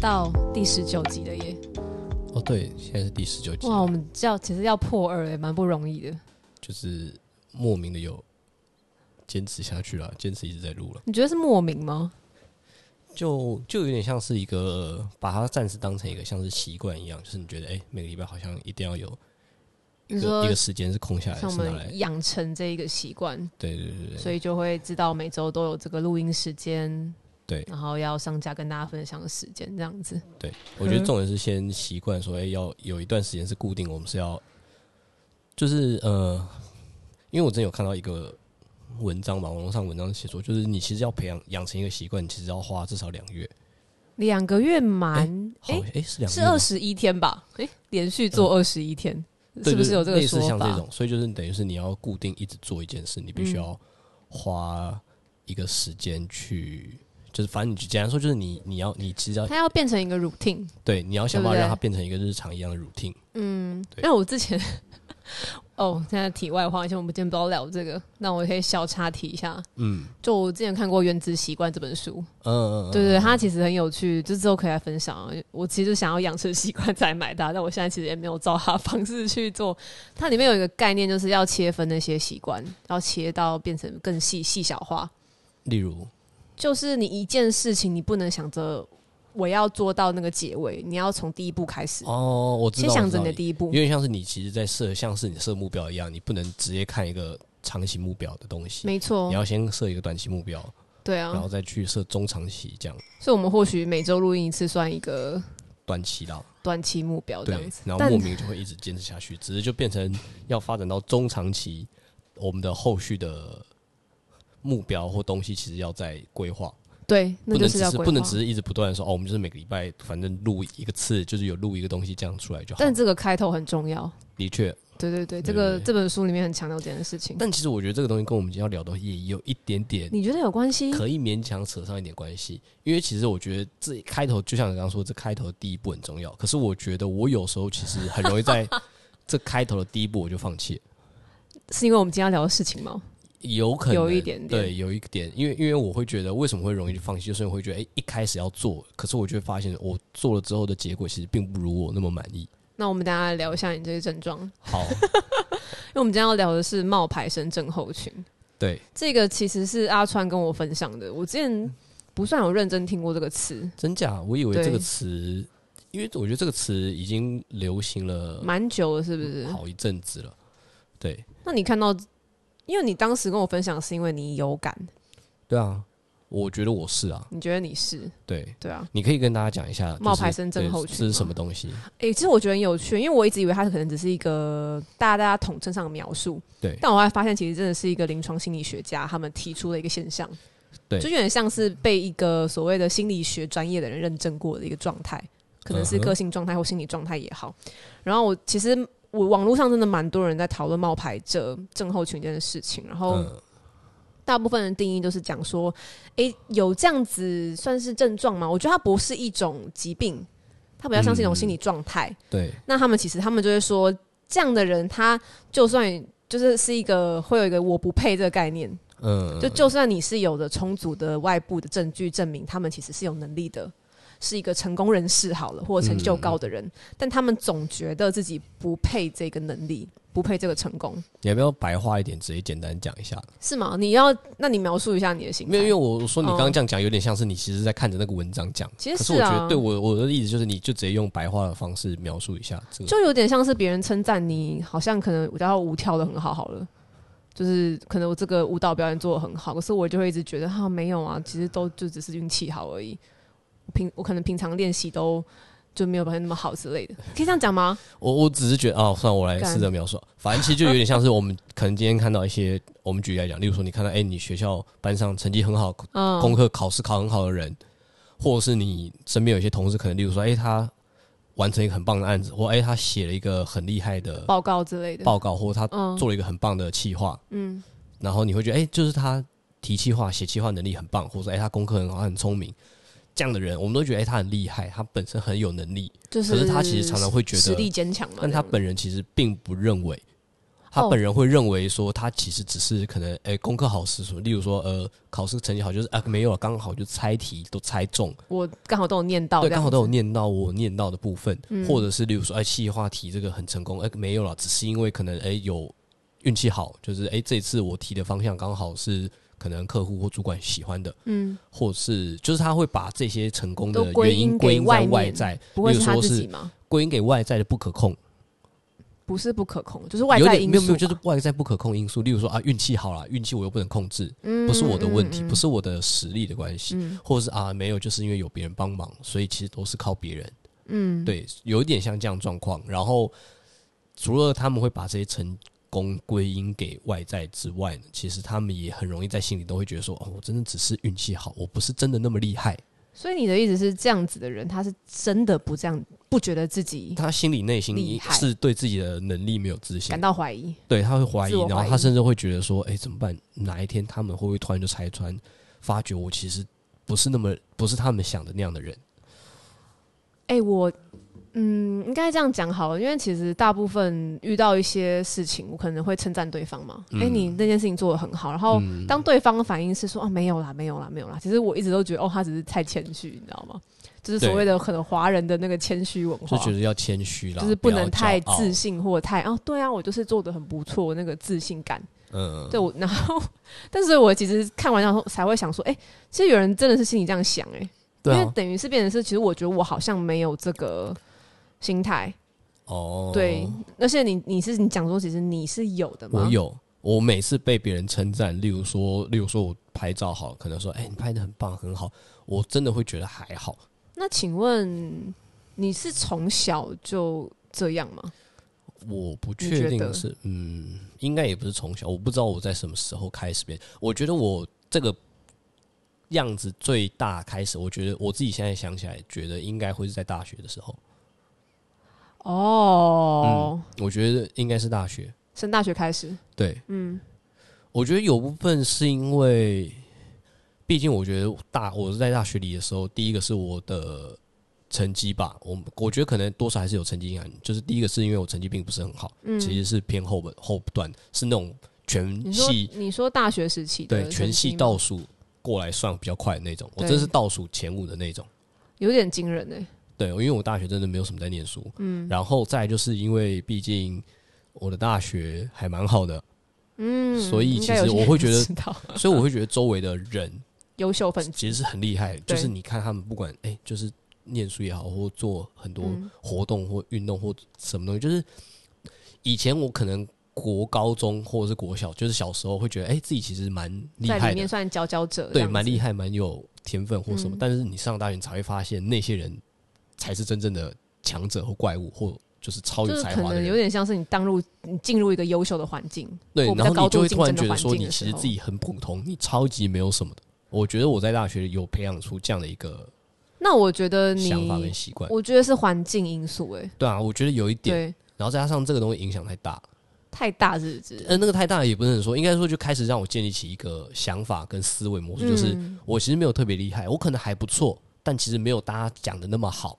到第十九集了耶！哦，对，现在是第十九集，哇，我们要其实要破二也蛮不容易的。就是莫名的有坚持下去了，坚持一直在录了，你觉得是莫名吗？就就有点像是一个呃把它暂时当成一个像是习惯一样，就是你觉得哎、诶每个礼拜好像一定要有一你个说一个时间是空下来，是像我拿来们养成这一个习惯，对对对对所以就会知道每周都有这个录音时间，对然后要上架跟大家分享的时间这样子。对，我觉得重点是先习惯说哎、诶要有一段时间是固定，我们是要就是呃，因为我之前有看到一个。文章嘛，网络上文章写说，就是你其实要培养养成一个习惯，你其实要花至少两月，两个月满，好哎哎、、诶是两是月吗嗯二十一天吧？哎、连续做二十一天，对是不是对有这个类说似像这法？嗯种，所以就是等于是你要固定一直做一件事，你必须要花一个时间去，就是反正你简单说就是你你要你其实要它要变成一个 routine。对你要想对不办法对让它变成一个日常一样的 routine。嗯，对因为我之前 哦，现在题外话，以前我们今天不要聊这个，那我可以小插题一下。嗯就我之前看过《原子习惯》这本书，嗯嗯，对嗯对，它其实很有趣，就之后可以来分享啊。我其实想要养成习惯才买啊它，但我现在其实也没有照它的方式去做。它里面有一个概念，就是要切分那些习惯，要切到变成更细细小化。例如就是你一件事情，你不能想着我要做到那个结尾，你要从第一步开始，哦，我知先道，想我知着道你的第一步有。点像是你其实在设，像是你设目标一样，你不能直接看一个长期目标的东西，没错你，要先设一个短期目标，对啊，然后再去设中长期这样所以我们或许每周录音一次算一个短期啦。短期目标这对啊样子，，然后但莫名就会一直坚持下去，只是就变成要发展到中长期，我们的后续的目标或东西，其实要在规划，对，那不就能是只要是规划。不能只是一直不断的说哦，我们就是每个礼拜反正录一个次，就是有录一个东西这样出来就好。但这个开头很重要。的确，对对对，对这个对这本书里面很强调这件事情。但其实我觉得这个东西跟我们今天要聊的也有一点点你觉得有关系？可以勉强扯上一点关系，因为其实我觉得这开头就像你刚刚说，这开头的第一步很重要。可是我觉得我有时候其实很容易在 这开头的第一步我就放弃了。是因为我们今天要聊的事情吗？有可能有一点点对，有一点，因为因为我会觉得为什么会容易放弃，就是因为我会觉得，哎、一开始要做，可是我就会发现我做了之后的结果其实并不如我那么满意。那我们大家聊一下你这些症状，因好，为我们今天要聊的是冒牌生症候群。对， 这个其实是阿川跟我分享的，我之前不算有认真听过这个词，真假？我以为对这个词，因为我觉得这个词已经流行了蛮久了，是不是？嗯好一阵子了。对，那你看到，因为你当时跟我分享是因为你有感，对啊，我觉得我是啊，你觉得你是对。对啊，你可以跟大家讲一下、就是冒牌生症候群对这是吗什么东西？诶、其实我觉得很有趣，因为我一直以为它可能只是一个大家大家统称上的描述，对但我后来发现其实真的是一个临床心理学家他们提出的一个现象，对就有点像是被一个所谓的心理学专业的人认证过的一个状态，可能是嗯哼个性状态或心理状态也好。然后我其实我网络上真的蛮多人在讨论冒牌者症候群这件事情，然后嗯，大部分的定义都是讲说，诶、有这样子算是症状吗？我觉得它不是一种疾病，它比较像是一种心嗯理状态。对，那他们其实他们就会说，这样的人他就算就是是一个会有一个我不配这个概念，嗯，就就算你是有着充足的外部的证据证明他们其实是有能力的，是一个成功人士好了，或者成就高的嗯人，但他们总觉得自己不配这个能力，不配这个成功，你要不要白话一点，直接简单讲一下？是吗？你要那你描述一下你的心没有，因为态。我说你刚刚这样讲，有点像是你其实在看着那个文章讲。其实是可是我觉啊得，对我我的意思就是，你就直接用白话的方式描述一下这个。就有点像是别人称赞你，好像可能我跳舞跳的很好好了，就是可能我这个舞蹈表演做的很好，可是我就会一直觉得哈、没有啊，其实都就只是运气好而已。我平我可能平常练习都就没有表现那么好之类的，可以这样讲吗？我我只是觉得，哦，算了，我来干试着描述。反正其实就有点像是我们可能今天看到一些，我们举例来讲，例如说你看到，哎、你学校班上成绩很好，嗯，功课考试考很好的人，或者是你身边有一些同事，可能例如说，哎、他完成一个很棒的案子，或哎、他写了一个很厉害的报告之类的，报告，或者他嗯做了一个很棒的企划，嗯，然后你会觉得，哎、就是他提气划、写气划能力很棒，或者哎、他功课很好，他很聪明，这样的人，我们都觉得，哎、他很厉害，他本身很有能力，就可是他其实常常会觉实力得，坚强嘛，但他这样本人其实并不认为，他哦本人会认为说，他其实只是可能，哎、功课好是什么？例如说，呃，考试成绩好，就是啊，没有啊，刚好就猜题都猜中，我刚好都有念到，对，刚好都有。念到我念到的部分，嗯或者是例如说，哎、气化题这个很成功，哎、没有了，只是因为可能哎、有运气好，就是哎、这次我提的方向刚好是可能客户或主管喜欢的，嗯，或是就是他会把这些成功的都归原因因归给因在外外面在，不会例是如他说自己是吗？归因给外在的不可控。不是不可控，就是外有在点因素吧。没有没有，就是外在不可控因素，例如说啊运气好啦，运气我又不能控制，不是我的问题，不是我的实力的关系，嗯或者是啊没有，就是因为有别人帮忙，所以其实都是靠别人。嗯，对，有一点像这样的状况。然后除了他们会把这些成功归因给外在之外呢，其实他们也很容易在心里都会觉得说，哦，我真的只是运气好，我不是真的那么厉害。所以你的意思是，这样子的人，他是真的不这样，不觉得自己他心里内心厉害是对自己的能力没有自信感，到怀疑。对，他会怀疑自我，怀疑然后他甚至会觉得说，哎、怎么办？哪一天他们会不会突然就拆穿，发觉我其实不是那么不是他们想的那样的人？哎、我嗯，应该这样讲好了，因为其实大部分遇到一些事情，我可能会称赞对方嘛。哎、嗯你那件事情做得很好，然后当对方的反应是说啊没有啦，没有啦，没有啦，其实我一直都觉得哦，他只是太谦虚，你知道吗？就是所谓的可能华人的那个谦虚文化就，觉得要谦虚啦，就是不不要能太骄傲自。信或太啊，对啊，我就是做的很不错，那个自信感。嗯，对，我然后，但是我其实看完然后才会想说，哎、其实有人真的是心里这样想、哎、对因为啊，等于是变成是，其实我觉得我好像没有这个心态，哦，对，而且你你是你讲说，其实你是有的吗？我，有，我每次被别人称赞，例如说，例如说我拍照好，可能说，哎、你拍的很棒，很好，我真的会觉得还好。那请问你是从小就这样吗？我不你确觉定得是，嗯，应该也不是从小，我不知道我在什么时候开始变。我觉得我这个样子最大开始，我觉得我自己现在想起来，觉得应该会是在大学的时候。哦，我觉得应该是大学，升大学开始，对，嗯，我觉得有部分是因为，毕竟我觉得大我是在大学里的时候，第一个是我的成绩吧，我我觉得可能多少还是有成绩感。就是第一个是因为我成绩并不是很好，其实是偏后本后段，是那种全你说系你说大学时期的对全成绩系吗倒数过来算比较快的那种，我真对是倒数前五的那种。有点惊人哎、对，因为我大学真的没有什么在念书，嗯，然后再来就是因为毕竟我的大学还蛮好的，嗯，所以应其该有实些我会人觉得知道所以我会觉得周围的人优秀分子，其实是很厉害，就对是你看他们不管哎、就是念书也好，或做很多嗯活动或运动或什么东西，就是以前我可能国高中或者是国小，就是小时候会觉得哎、自己其实蛮厉在害里面的，算佼佼者，这对，样子蛮厉害，蛮有天分或什么，嗯但是你上大学你才会发现那些人才是真正的强者或怪物或。就是超就有是才可华的能有人，点像是你当入你进入一个优秀的环境，对，或比较然后高你就度会竞突然争觉的得环说境你的其时实候自，己很普通，你超级没有什么的。我觉得我在大学有培养出这样的一个那我觉得你想法跟习惯。我觉得是环境因素、哎，对啊，我觉得有一点，对，然后再加上这个东西影响太大，太大日子，呃，那个太大也不能说，应该说就开始让我建立起一个想法跟思维模式，就是嗯我其实没有特别厉害，我可能还不错，但其实没有大家讲的那么好，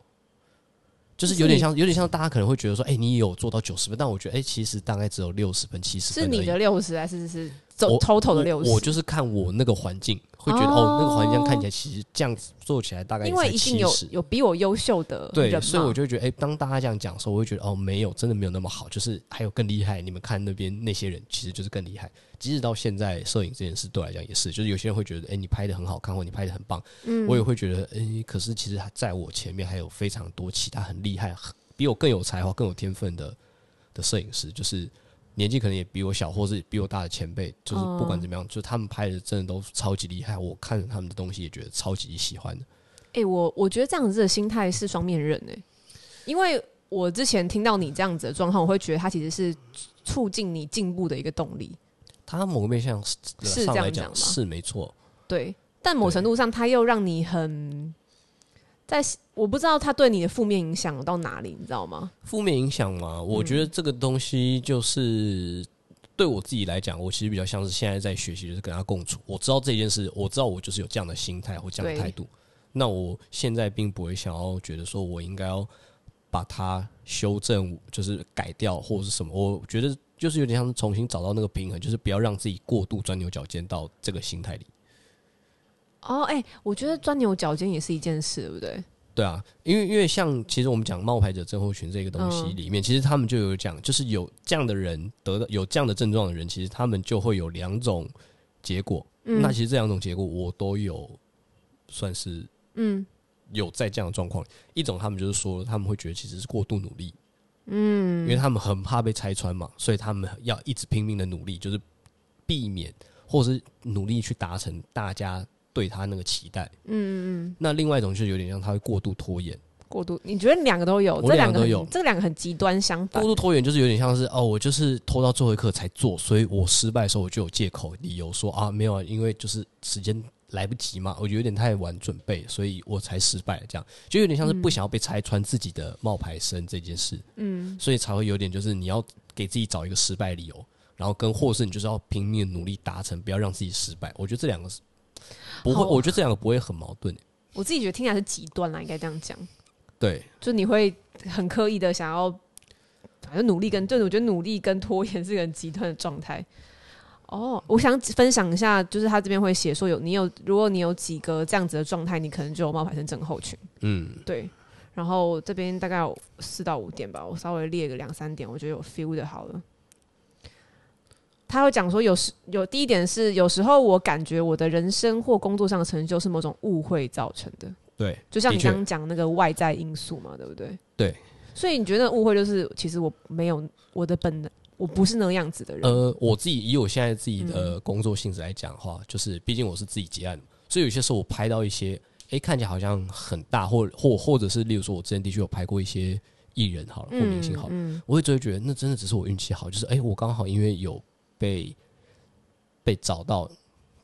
就是有点像，有点像大家可能会觉得说，哎、你有做到九十分，但我觉得，哎、其实大概只有六十分、七十分是而已。你的六十还是是走我 total 的我六十？我就是看我那个环境，会觉得哦哦那个环境看起来其实这样子做起来大概也因为才一定有70有比我优秀的人对，嘛，所以我就会觉得，哎、当大家这样讲的时候，我会觉得，哦，没有，真的没有那么好，就是还有更厉害。你们看那边那些人，其实就是更厉害。即使到现在，摄影这件事对我来讲也是，就是有些人会觉得，哎、你拍的很好看，或你拍的很棒，嗯我也会觉得，哎、可是其实还在我前面还有非常多其他很厉害、很比我更有才华、更有天分的的摄影师，就是。年纪可能也比我小，或是比我大的前辈，就是不管怎么样，就是他们拍的真的都超级厉害。我看了他们的东西也觉得超级喜欢的。哎、我我觉得这样子的心态是双面刃哎、因为我之前听到你这样子的状况，我会觉得它其实是促进你进步的一个动力，他某个面向是这上来样讲讲吗是没错，对，但某对程度上，它又让你很在我不知道它对你的负面影响有到哪里，你知道吗？负面影响嗯嘛，我觉得这个东西就是对我自己来讲，我其实比较像是现在在学习，就是跟他共处。我知道这件事，我知道我就是有这样的心态或这样的对态度。那我现在并不会想要觉得说我应该要把它修正，就是改掉或者是什么。我觉得就是有点像是重新找到那个平衡，就是不要让自己过度钻牛角尖到这个心态里。哦，哎、我觉得钻牛角尖也是一件事，对不对？对啊，因为因为像其实我们讲冒牌者症候群这个东西嗯里面，其实他们就有讲，就是有这样的人得到有这样的症状的人，其实他们就会有两种结果。嗯那其实这两种结果我都有算是嗯有在这样的状况。一种他们就是说他们会觉得其实是过度努力，因为嗯，他们很怕被拆穿嘛，所以他们要一直拼命的努力，就是避免或是努力去达成大家对他那个期待。嗯嗯那另外一种就是有点像他会过度拖延。嗯，过度，你觉得两个都有？我这两个个都有很这两个很极端相过反。度拖延就是有点像是哦，我就是拖到最后一刻才做，所以我失败的时候我就有借口理由说啊没有啊，因为就是时间来不及嘛，我有点太晚准备，所以我才失败。这样就有点像是不想要被拆穿自己的冒牌身这件事，嗯所以才会有点就是你要给自己找一个失败理由，然后跟或是你就是要拼命努力达成，不要让自己失败。我觉得这两个是不会，好我觉得这两个不会很矛盾。欸我自己觉得听起来是极端啦，应该这样讲，对，就你会很刻意的想要，反正努力跟，对，我觉得努力跟拖延是个很极端的状态。哦，我想分享一下，就是他这边会写说有你有，如果你有几个这样子的状态，你可能就有冒牌生症候群。嗯，对，然后这边大概有四到五点吧，我稍微列个两三点，我觉得有 feel 的好了。他会讲说有时有第一点是，有时候我感觉我的人生或工作上的成就是某种误会造成的，对，就像你的确刚刚讲那个外在因素嘛，对不对？对。所以你觉得误会就是，其实我没有我的本能，我不是那样子的人。嗯呃，我自己以我现在自己的工作性质来讲的话，就是毕竟我是自己结案的嘛，所以有些时候我拍到一些，诶，看起来好像很大，或或或者是例如说，我之前的确有拍过一些艺人好了，或明星好了，嗯，我会只会觉得那真的只是我运气好，就是诶，我刚好因为有被被找到，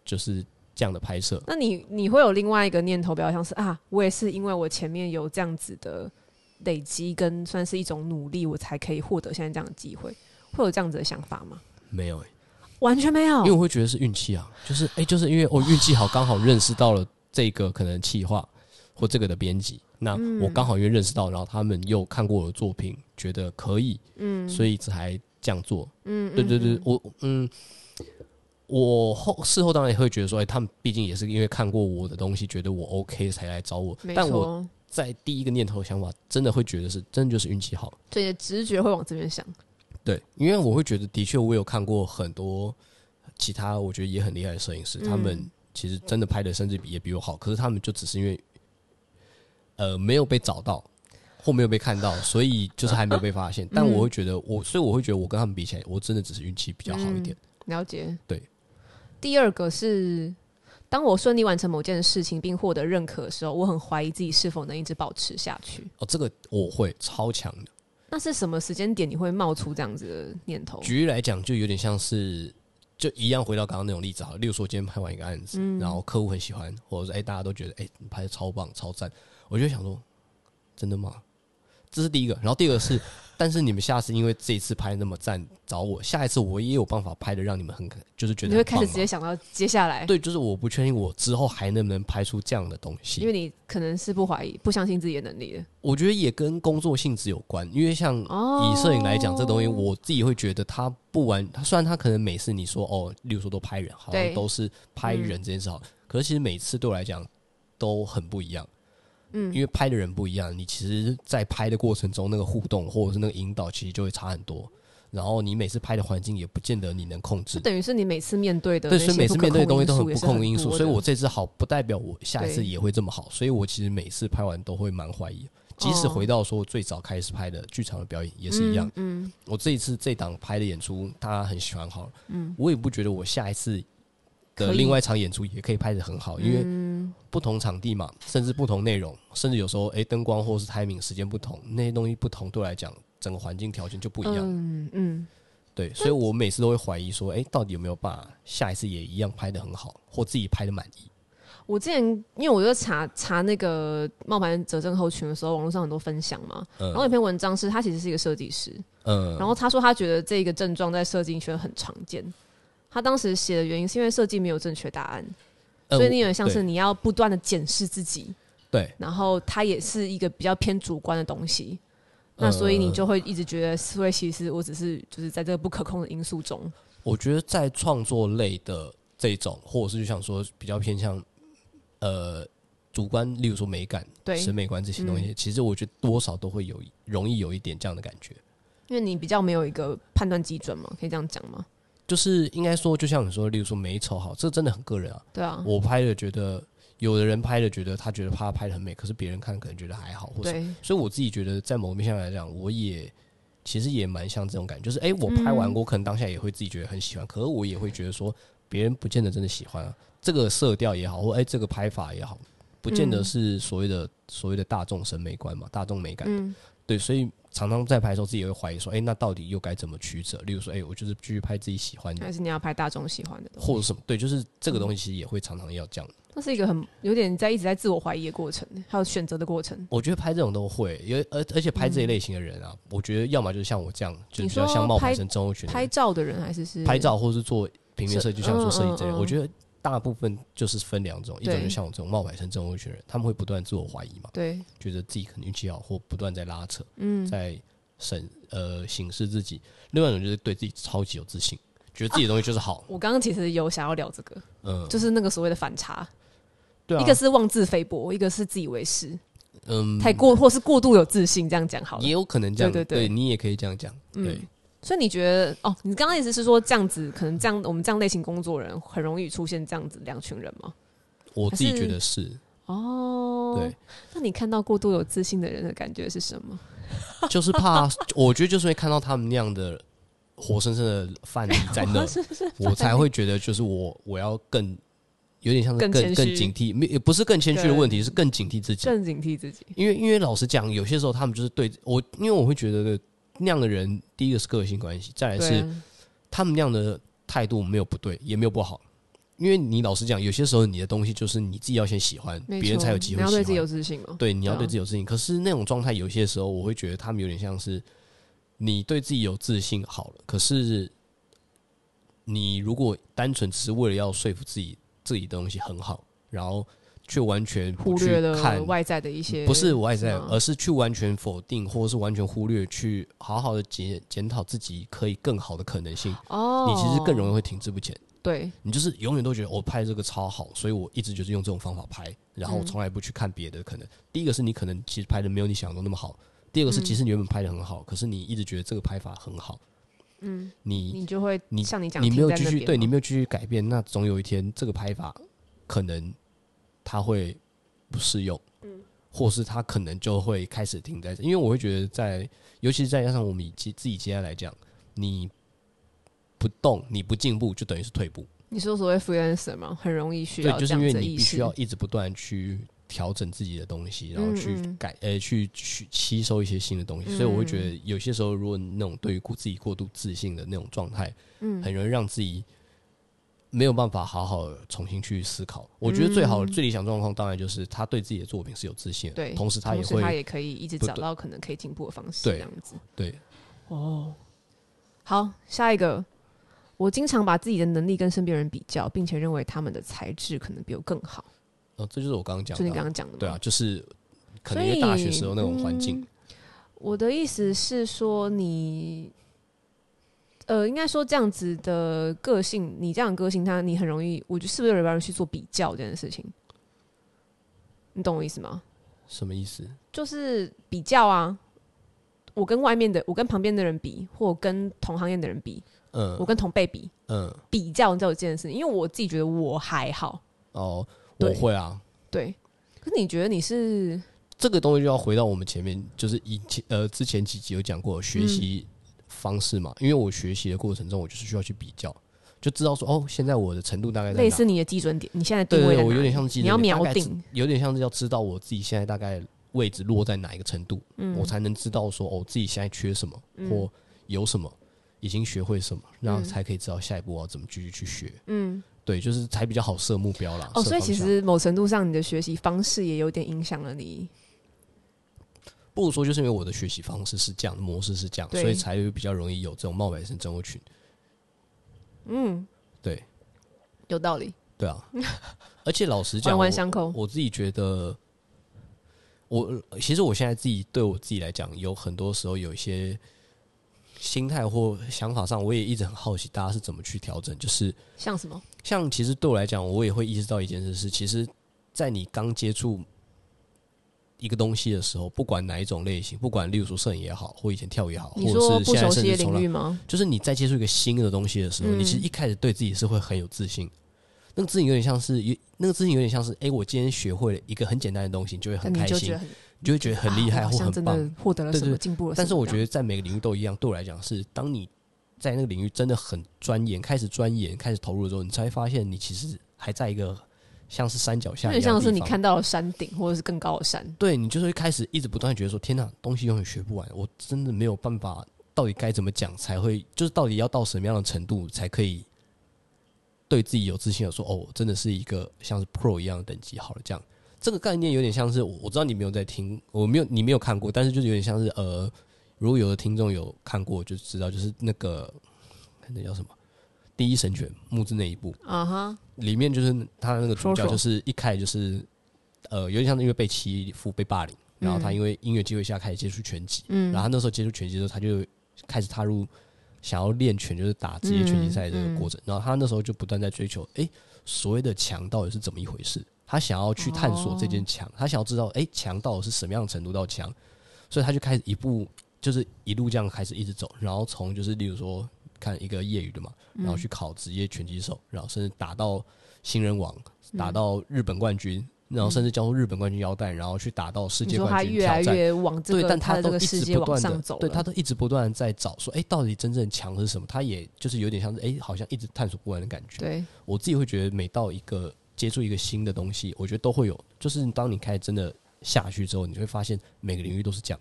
就是这样的拍摄，那你你会有另外一个念头，比较像是啊，我也是因为我前面有这样子的累积，跟算是一种努力，我才可以获得现在这样的机会，会有这样子的想法吗？没有、诶完全没有，因为我会觉得是运气啊，就是诶，就是因为我运气好，刚好认识到了这个可能企划或这个的编辑，那嗯我刚好因为认识到，然后他们又看过我的作品，觉得可以，嗯所以才这样做。嗯，对对嗯，对，我嗯，我后事后当然也会觉得说，诶，他们毕竟也是因为看过我的东西，觉得我 OK 才来找我没。但我错，在第一个念头的想法，真的会觉得是真的就是运气好。所以你的直觉会往这边想，对，因为我会觉得，的确，我有看过很多其他我觉得也很厉害的摄影师，他们嗯其实真的拍的甚至比也比我好，可是他们就只是因为呃没有被找到或没有被看到，所以就是还没有被发现。但我会觉得我，所以我会觉得我跟他们比起来，我真的只是运气比较好一点。了解。对，第二个是。当我顺利完成某件事情并获得认可的时候，我很怀疑自己是否能一直保持下去。哦，这个我会超强的。那是什么时间点你会冒出这样子的念头？举例来讲，就有点像是。就一样回到刚刚那种例子好了，例如说我今天拍完一个案子，嗯然后客户很喜欢，或者是哎、大家都觉得哎、你拍的超棒超赞，我就会想说嗯真的吗？这是第一个，然后第二个是，但是你们下次因为这一次拍那么赞找我，下一次我也有办法拍的让你们很就是觉得你会很开棒始直接嘛想到接下来，对，就是我不确定我之后还能不能拍出这样的东西，因为你可能是不怀疑、不相信自己的能力的。我觉得也跟工作性质有关，因为像哦以摄影来讲，这东西我自己会觉得它不完，它虽然它可能每次你说哦，例如说都拍人，好像对都是拍人这件事好，可是其实每次对我来讲都很不一样。嗯因为拍的人不一样，你其实，在拍的过程中，那个互动或者是那个引导，其实就会差很多。然后你每次拍的环境也不见得你能控制就，等于是你每次面对的对，那所以些每不次可面对的东控西都很也不是控因素，多所以的我这次好不代表我下一次对也会这么好，所以我其实每次拍完都会蛮怀疑，即使哦回到说我最早开始拍的剧场的表演也是一样，嗯，嗯我这一次这档拍的演出大家很喜欢好了，我也不觉得我下一次嗯可的以嗯另外一场演出也可以拍的很好，因为不同场地嘛，甚至不同内容，甚至有时候诶灯光或是 timing 时间不同，那些东西不同，对我来讲整个环境条件就不一样，嗯嗯，对，所以我每次都会怀疑说，哎、到底有没有办法下一次也一样拍的很好，或自己拍的满意？我之前因为我就查查那个冒牌者症候群的时候，网络上很多分享嘛，然后有嗯篇文章是他其实是一个设计师，嗯，然后他说他觉得这个症状在设计圈很常见。他当时写的原因是因为设计没有正确答案，呃所以我你有点像是对你要不断的检视自己，对然后它也是一个比较偏主观的东西。那所以你呃就会一直觉得，所以其实我只是就是在这个不可控的因素中，我觉得在创作类的这种，或者是就想说比较偏向呃主观，例如说美感、对审美观这些东西，其实我觉得多少都会有一容易有一点这样的感觉。因为你比较没有一个判断基准嘛，可以这样讲吗？就是应该说，就像你说，例如说美丑好，这真的很个人啊。对啊，我拍的觉得，有的人拍的觉得他觉得他拍的很美，可是别人看可能觉得还好，或者对，所以我自己觉得，在某个面向来讲，我也其实也蛮像这种感觉，就是哎、诶我拍完，嗯我可能当下也会自己觉得很喜欢，可是我也会觉得说，别人不见得真的喜欢啊。这个色调也好，或哎、诶这个拍法也好，不见得嗯是所谓的、所谓的大众审美观嘛，大众美感。嗯，对，所以常常在拍的时候，自己也会怀疑说，哎、那到底又该怎么取舍？例如说，哎、我就是继续拍自己喜欢的，还是你要拍大众喜欢的东西，或者什么？对，就是这个东西其实也会常常要这样。那是一个很有点在一直在自我怀疑的过程，还有选择的过程。我觉得拍这种都会，因为而而且拍这一类型的人啊，我觉得要么就是像我这样，嗯就你比较说像冒牌拍生症候群的人拍照的人还是是拍，照或是做平面设计，是就像说摄影这类，嗯嗯嗯我觉得大部分就是分两种，一对种就像我这种冒牌生、症候群人，他们会不断自我怀疑嘛，对，觉得自己可能运气好，或不断在拉扯，嗯，在审呃审视自己；，另外一种就是对自己超级有自信，觉得自己的东西就是好，我刚刚其实有想要聊这个，嗯，就是那个所谓的反差，对啊，一个是妄自菲薄，一个是自以为是，嗯太过或是过度有自信，这样讲好了也。有可能这样，对对对嗯对你也可以这样讲，对，所以你觉得哦，你刚刚意思是说这样子，可能这样我们这样类型工作人很容易出现这样子两群人吗？我自己还是觉得是，哦，对，那你看到过度有自信的人的感觉是什么？ 就是怕，我觉得就是会看到他们那样的活生生的 范例在那，我才会觉得就是我我要更有点像是更更谦更虚警惕，没也不是更谦虚的问题，是更警惕自己。更警惕自己，因为因为老实讲，有些时候他们就是对我，因为我会觉得那样的人，第一个是个性关系，再来对是啊，他们那样的态度没有不对，也没有不好。因为你老实讲，有些时候你的东西就是你自己要先喜欢，没别人错才有机你会要对自己喜欢有。自信哦。对，你要对啊对自己有自信。可是那种状态，有些时候我会觉得他们有点像是你对自己有自信好了，可是你如果单纯只是为了要说服自己自己的东西很好，然后却完全不忽去略看了外在的一些，不是外在，吗而是去完全否定，或者是完全忽略，去好好的检检讨自己可以更好的可能性，哦，你其实更容易会停滞不前。对，你就是永远都觉得我、拍这个超好，所以我一直就是用这种方法拍，然后嗯从来不去看别的。可能、第一个是你可能其实拍的没有你想象中那么好，第二个是嗯其实你原本拍的很好，可是你一直觉得这个拍法很好，嗯，你你就会你像你讲，你没有停在继那续边对嘛你没有继续改变，那总有一天这个拍法可能它会不适用，嗯或是它可能就会开始停在这，因为我会觉得在，尤其是再加上我们以及自己接下来讲，你不动，你不进步，就等于是退步。你说所谓 freelancer 嘛，很容易需对要，这就是因样为子的你意必须识要。一直不断去调整自己的东西，然后去嗯嗯嗯改呃去去吸收一些新的东西，所以我会觉得有些时候，如果那种对于过自己过度自信的那种状态，嗯很容易让自己没有办法好好重新去思考。我觉得最好、最理想状况，当然就是他对自己的作品是有自信的，嗯对，同时他也同会时他也可以一直不找断到可能可以进步的方式，对这样子。对哦，好，下一个，我经常把自己的能力跟身边人比较，并且认为他们的才智可能比我更好，哦，这就是我刚刚讲就你刚的啊，刚讲的嘛。对啊，就是可所能以因为大学时候那种环境嗯，我的意思是说你。呃，应该说这样子的个性，你这样的个性，他你很容易，我觉得是不是有人去做比较这件事情？你懂我意思吗？什么意思？就是比较啊，我跟外面的，我跟旁边的人比，或我跟同行业的人比，我嗯跟同辈比，嗯比较你知道有这件事，因为我自己觉得我还好，哦，我对会啊，对。可是你觉得你是这个东西就要回到我们前面，就是以前呃之前几集有讲过学习嗯方式嘛，因为我学习的过程中，我就是需要去比较，就知道说哦，现在我的程度大概在类哪似。你的基准点，你现在对定对位对，在我有哪点里？像记你要瞄定，有点像是要知道我自己现在大概位置落在哪一个程度，嗯我才能知道说哦自己现在缺什么、或有什么，已经学会什么，然后才可以知道下一步我要怎么继续去学。嗯，对，就是才比较好设目标啦。哦，设所以方其向实某程度上，你的学习方式也有点影响了你。不如说，就是因为我的学习方式是这样，模式是这样，对所以才会比较容易有这种冒牌生症候群。嗯，对，有道理， 对啊。而且老实讲，环环我相扣。我自己觉得，我其实我现在自己对我自己来讲，有很多时候有一些心态或想法上，我也一直很好奇大家是怎么去调整。就是像什么？像其实对我来讲，我也会意识到一件事是，其实，在你刚接触一个东西的时候，不管哪一种类型，不管例如说摄影也好，或以前跳舞也好，你或说者是不现熟在甚悉至的从领来域吗？就是你在接触一个新的东西的时候，嗯你其实一开始对自己是会很有自信。那个自信有点像是，有那个自信有点像是，哎、我今天学会了一个很简单的东西，你就会很但你开就觉心得，很你就会觉得很厉害啊我好或像很真棒。的获得了对什么对进步了什么这样。但是我觉得在每个领域都一样，对我来讲是，当你在那个领域真的很钻研，开始钻研，开始投入的时候，你才会发现你其实还在一个像是山脚下有点一样的地像方。是你看到了山顶或者是更高的山，对你就是会开始一直不断地觉得说，天哪，东西永远学不完，我真的没有办法，到底该怎么讲才会，就是到底要到什么样的程度才可以对自己有自信的说，哦，我真的是一个像是 pro 一样的等级好了，这样这个概念有点像是，我我知道你没有在听，我没有你没有看过，但是就是有点像是呃，如果有的听众有看过就知道，就是那个那叫什么第一神犬木之那一部，啊哈，里面就是他那个主说角，说就是一开始就是呃，有点像是因为被欺负、被霸凌，然后他嗯因为音乐机会下开始接触拳击，嗯，然后他那时候接触拳击之后，他就开始踏入想要练拳，就是打职业拳嗯击赛的这个过程。然后他那时候就不断在追求，诶，所谓的强到底是怎么一回事？他想要去探索这件强，他想要知道，诶，强到底是什么样的程度到强？所以他就开始一步，就是一路这样开始一直走，然后从就是例如说看一个业余的嘛，嗯然后去考职业拳击手，然后甚至打到新人王，嗯打到日本冠军。然后甚至交出日本冠军腰带，然后去打到世你界说他冠军，越挑来战。越往这对，个但他的这都个一世直界不往断上的，走了，对他都一直不断的在找说，哎、到底真正强是什么？他也就是有点像是，哎、好像一直探索不完的感觉。对我自己会觉得，每到一个接触一个新的东西，我觉得都会有，就是当你开始真的下去之后，你会发现每个领域都是这样。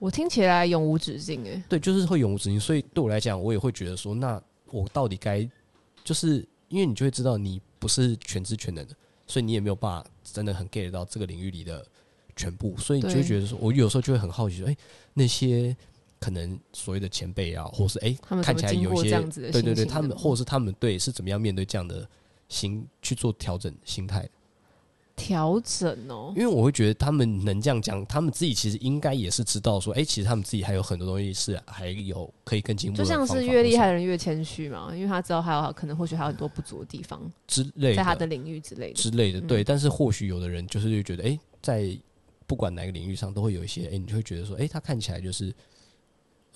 我听起来永无止境哎，对，就是会永无止境。所以对我来讲，我也会觉得说，那我到底该，就是因为你就会知道你不是全知全能的，所以你也没有办法真的很 get 到这个领域里的全部，所以你就会对觉得说，我有时候就会很好奇说，哎、那些可能所谓的前辈啊，或是哎、他们怎看么起来经有过一这些，样子的对心对对，情他的们或者是他们对是怎么样面对这样的心去做调整心态的。调整哦因，为我会觉得他们能这样讲，他们自己其实应该也是知道说，哎、其实他们自己还有很多东西是还有可以更进步的就方法像或什么，是越厉害的人越谦虚嘛，因为他知道还有可能或许还有很多不足的地方，之类在他的的嗯领域之类的，之类的，对。但是或许有的人就是会觉得，哎、在不管哪个领域上，都会有一些，哎、你就会觉得说，哎、他看起来就是，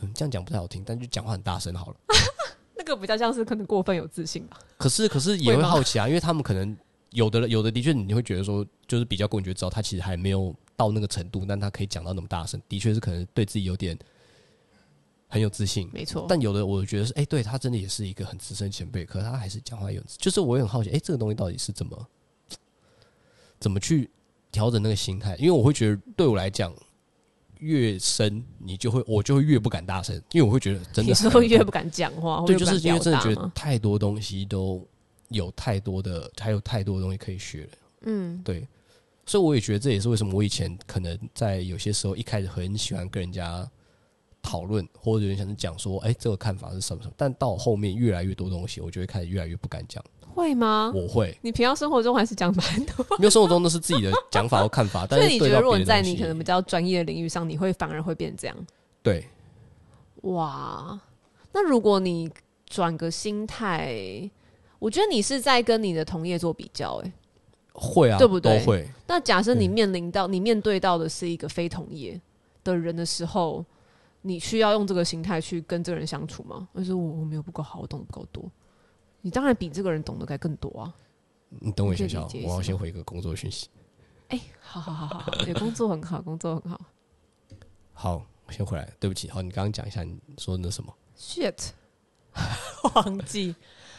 嗯，这样讲不太好听，但就讲话很大声好了。那个比较像是可能过分有自信吧，可是，可是也会会吗好奇啊，因为他们可能有的人，有的的确你会觉得说，就是比较过，你就会知道他其实还没有到那个程度，但他可以讲到那么大声，的确是可能对自己有点很有自信。没错，但有的我觉得是，哎、对他真的也是一个很资深前辈，可他还是讲话有，就是我也很好奇，哎、这个东西到底是怎么怎么去调整那个心态？因为我会觉得，对我来讲，越深你就会，我就会越不敢大声，因为我会觉得真你的说很越不敢讲话，或对，者就不是敢因为表真的达觉得嘛，太多东西都有太多的，还有太多的东西可以学了。嗯，对，所以我也觉得这也是为什么我以前可能在有些时候一开始很喜欢跟人家讨论，或者有点想是讲说，哎、这个看法是什么什么，但到后面越来越多东西，我就会开始越来越 不敢讲。会吗？我会你平常生活中还是讲蛮多，没有生活中都是自己的讲法或看法，但所是以你觉对得到如果别你的在东你西可能比较专业的领域上，你会反而会变这样，对，哇，那如果你转个心态，我觉得你是在跟你的同业做比较、欸，会啊，对不对都会。那假设你嗯面临到、你面对到的是一个非同业的人的时候，你需要用这个心态去跟这个人相处吗？就是我我没有不够好，我懂得不够多。你当然比这个人懂得该更多啊！你等我一你可下以理下哦，解我要是先吗回一个工作讯息。哎、好好好好好，你的工作很好，工作很好。好，我先回来。对不起，好，你刚刚讲一下你说那什么？ Shit，忘记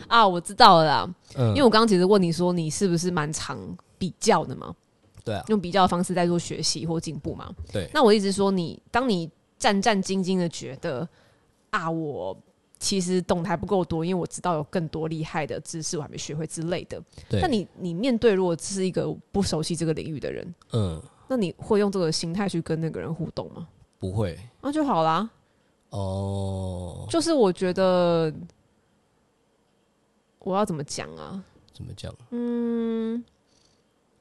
啊，我知道了啦。嗯，因为我刚刚其实问你说你是不是蛮常比较的嘛？对啊，用比较的方式在做学习或进步嘛。对那我一直说你，当你战战兢兢的觉得啊，我其实懂得还不够多，因为我知道有更多厉害的知识我还没学会之类的。对，那你你面对如果是一个不熟悉这个领域的人，嗯那你会用这个心态去跟那个人互动吗？不会那就好啦。哦，就是我觉得我要怎么讲啊？怎么讲？嗯，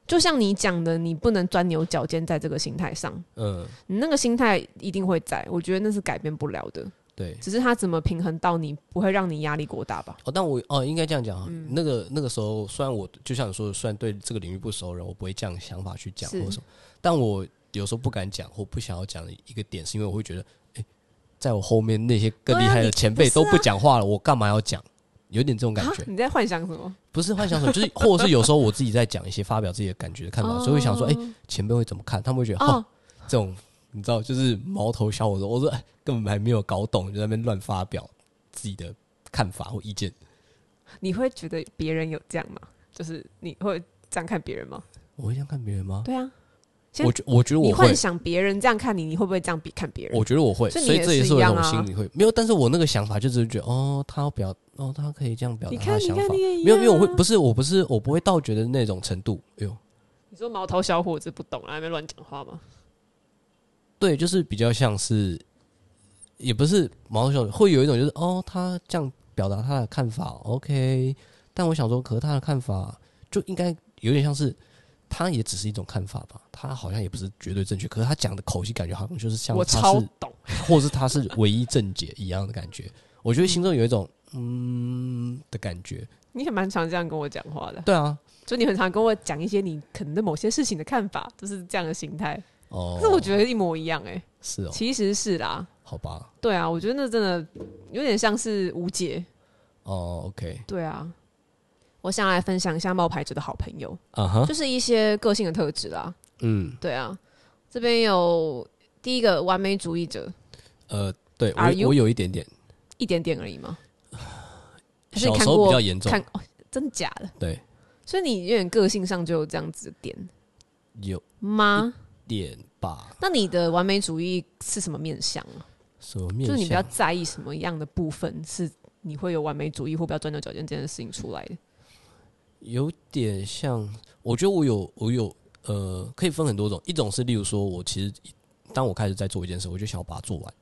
就像你讲的，你不能钻牛角尖在这个心态上，嗯，你那个心态一定会在，我觉得那是改变不了的，对。只是他怎么平衡到你不会让你压力过大吧？哦，但我哦，应该这样讲啊。嗯那个那个时候，虽然我就像你说的，虽然对这个领域不熟然后我不会这样想法去讲是或什么，但我有时候不敢讲或不想要讲的一个点，是因为我会觉得，哎、在我后面那些更厉对啊害的你前辈不是都啊不讲话了，我干嘛要讲？有点这种感啊觉，，你在幻想什么？不是幻想什么，就是或者是有时候我自己在讲一些发表自己的感觉的看法，所以会想说，哎、前辈会怎么看？他们会觉得，哦哦，，这种你知道，就是毛头小伙子，我说哎根本还没有搞懂，就在那边乱发表自己的看法或意见。你会觉得别人有这样吗？就是你会这样看别人吗？我会这样看别人吗？对啊，先我觉哦我觉得你我会幻，想别人这样看你，你会不会这样比看别人？我觉得我会，所以你所以也这也是是一我样种啊心里会没有，但是我那个想法就只是觉得，哦，他要表，哦，他可以这样表你达他的看，你想看，法你。也一没有，因为我会样啊不是，我不是，我不会倒觉得那种程度。哎呦，你说毛头小伙子不懂啊，还没乱讲话吗？对，就是比较像是，也不是毛小，会有一种就是哦，他这样表达他的看法，OK。但我想说，可是他的看法就应该有点像是，他也只是一种看法吧，他好像也不是绝对正确。可是他讲的口气，感觉好像就是像我他超是，懂，或是他是唯一正解一样的感觉。我觉得心中有一种嗯的感觉。你也蛮常这样跟我讲话的，对啊，就你很常跟我讲一些你可能对某些事情的看法，就是这样的心态。哦可，是我觉得一模一样哎、是哦，其实是啦，好吧，对啊，我觉得那真的有点像是无解。哦，OK，对啊，我想来分享一下冒牌者的好朋友，啊哈，就是一些个性的特质啦。嗯，对啊，这边有第一个完美主义者，呃，对 Are you？我我有一点点。一点点而已吗？还是小你看时候比过较严重，看哦，真假的？对，所以你有点个性上就有这样子的点有吗？点吧。那你的完美主义是什么面向啊？什么面就是向？你比较在意什么样的部分是你会有完美主义或比较钻牛角尖这件事情出来的？有点像，我觉得我有我有呃，可以分很多种，一种是例如说我其实当我开始在做一件事，我就想要把它做完，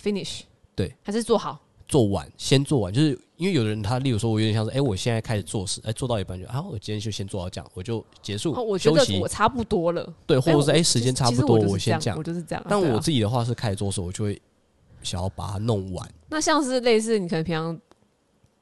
finish 对，还是做好做完先做完，就是因为有的人他例如说我有点像是，哎、我现在开始做事，哎、做到一半就啊，我今天就先做到这样，我就结束、哦，我觉休得息我，差不多了，对，或者是我哎、时间差其不实多，我就是先这样，我就是这样啊。但对啊我自己的话是开始做事，我就会想要把它弄完。那像是类似你可能平常，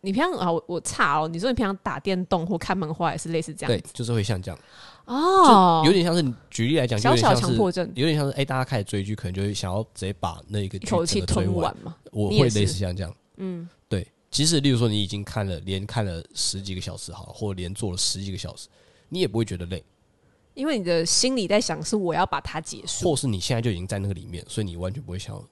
你平常啊，我我差哦，你说你平常打电动或看漫画也是类似这对样，就是会像这样，哦，有点像是举例来讲，就小有点小像强是迫症，有点像是哎、大家开始追剧，可能就会想要直接把那一个一剧口气整个推吞完嘛。我你也会是类似像这样，嗯，对。即使例如说你已经看了连看了十几个小时好了，或者连做了十几个小时，你也不会觉得累，因为你的心里在想是我要把它结束，或是你现在就已经在那个里面，所以你完全不会想要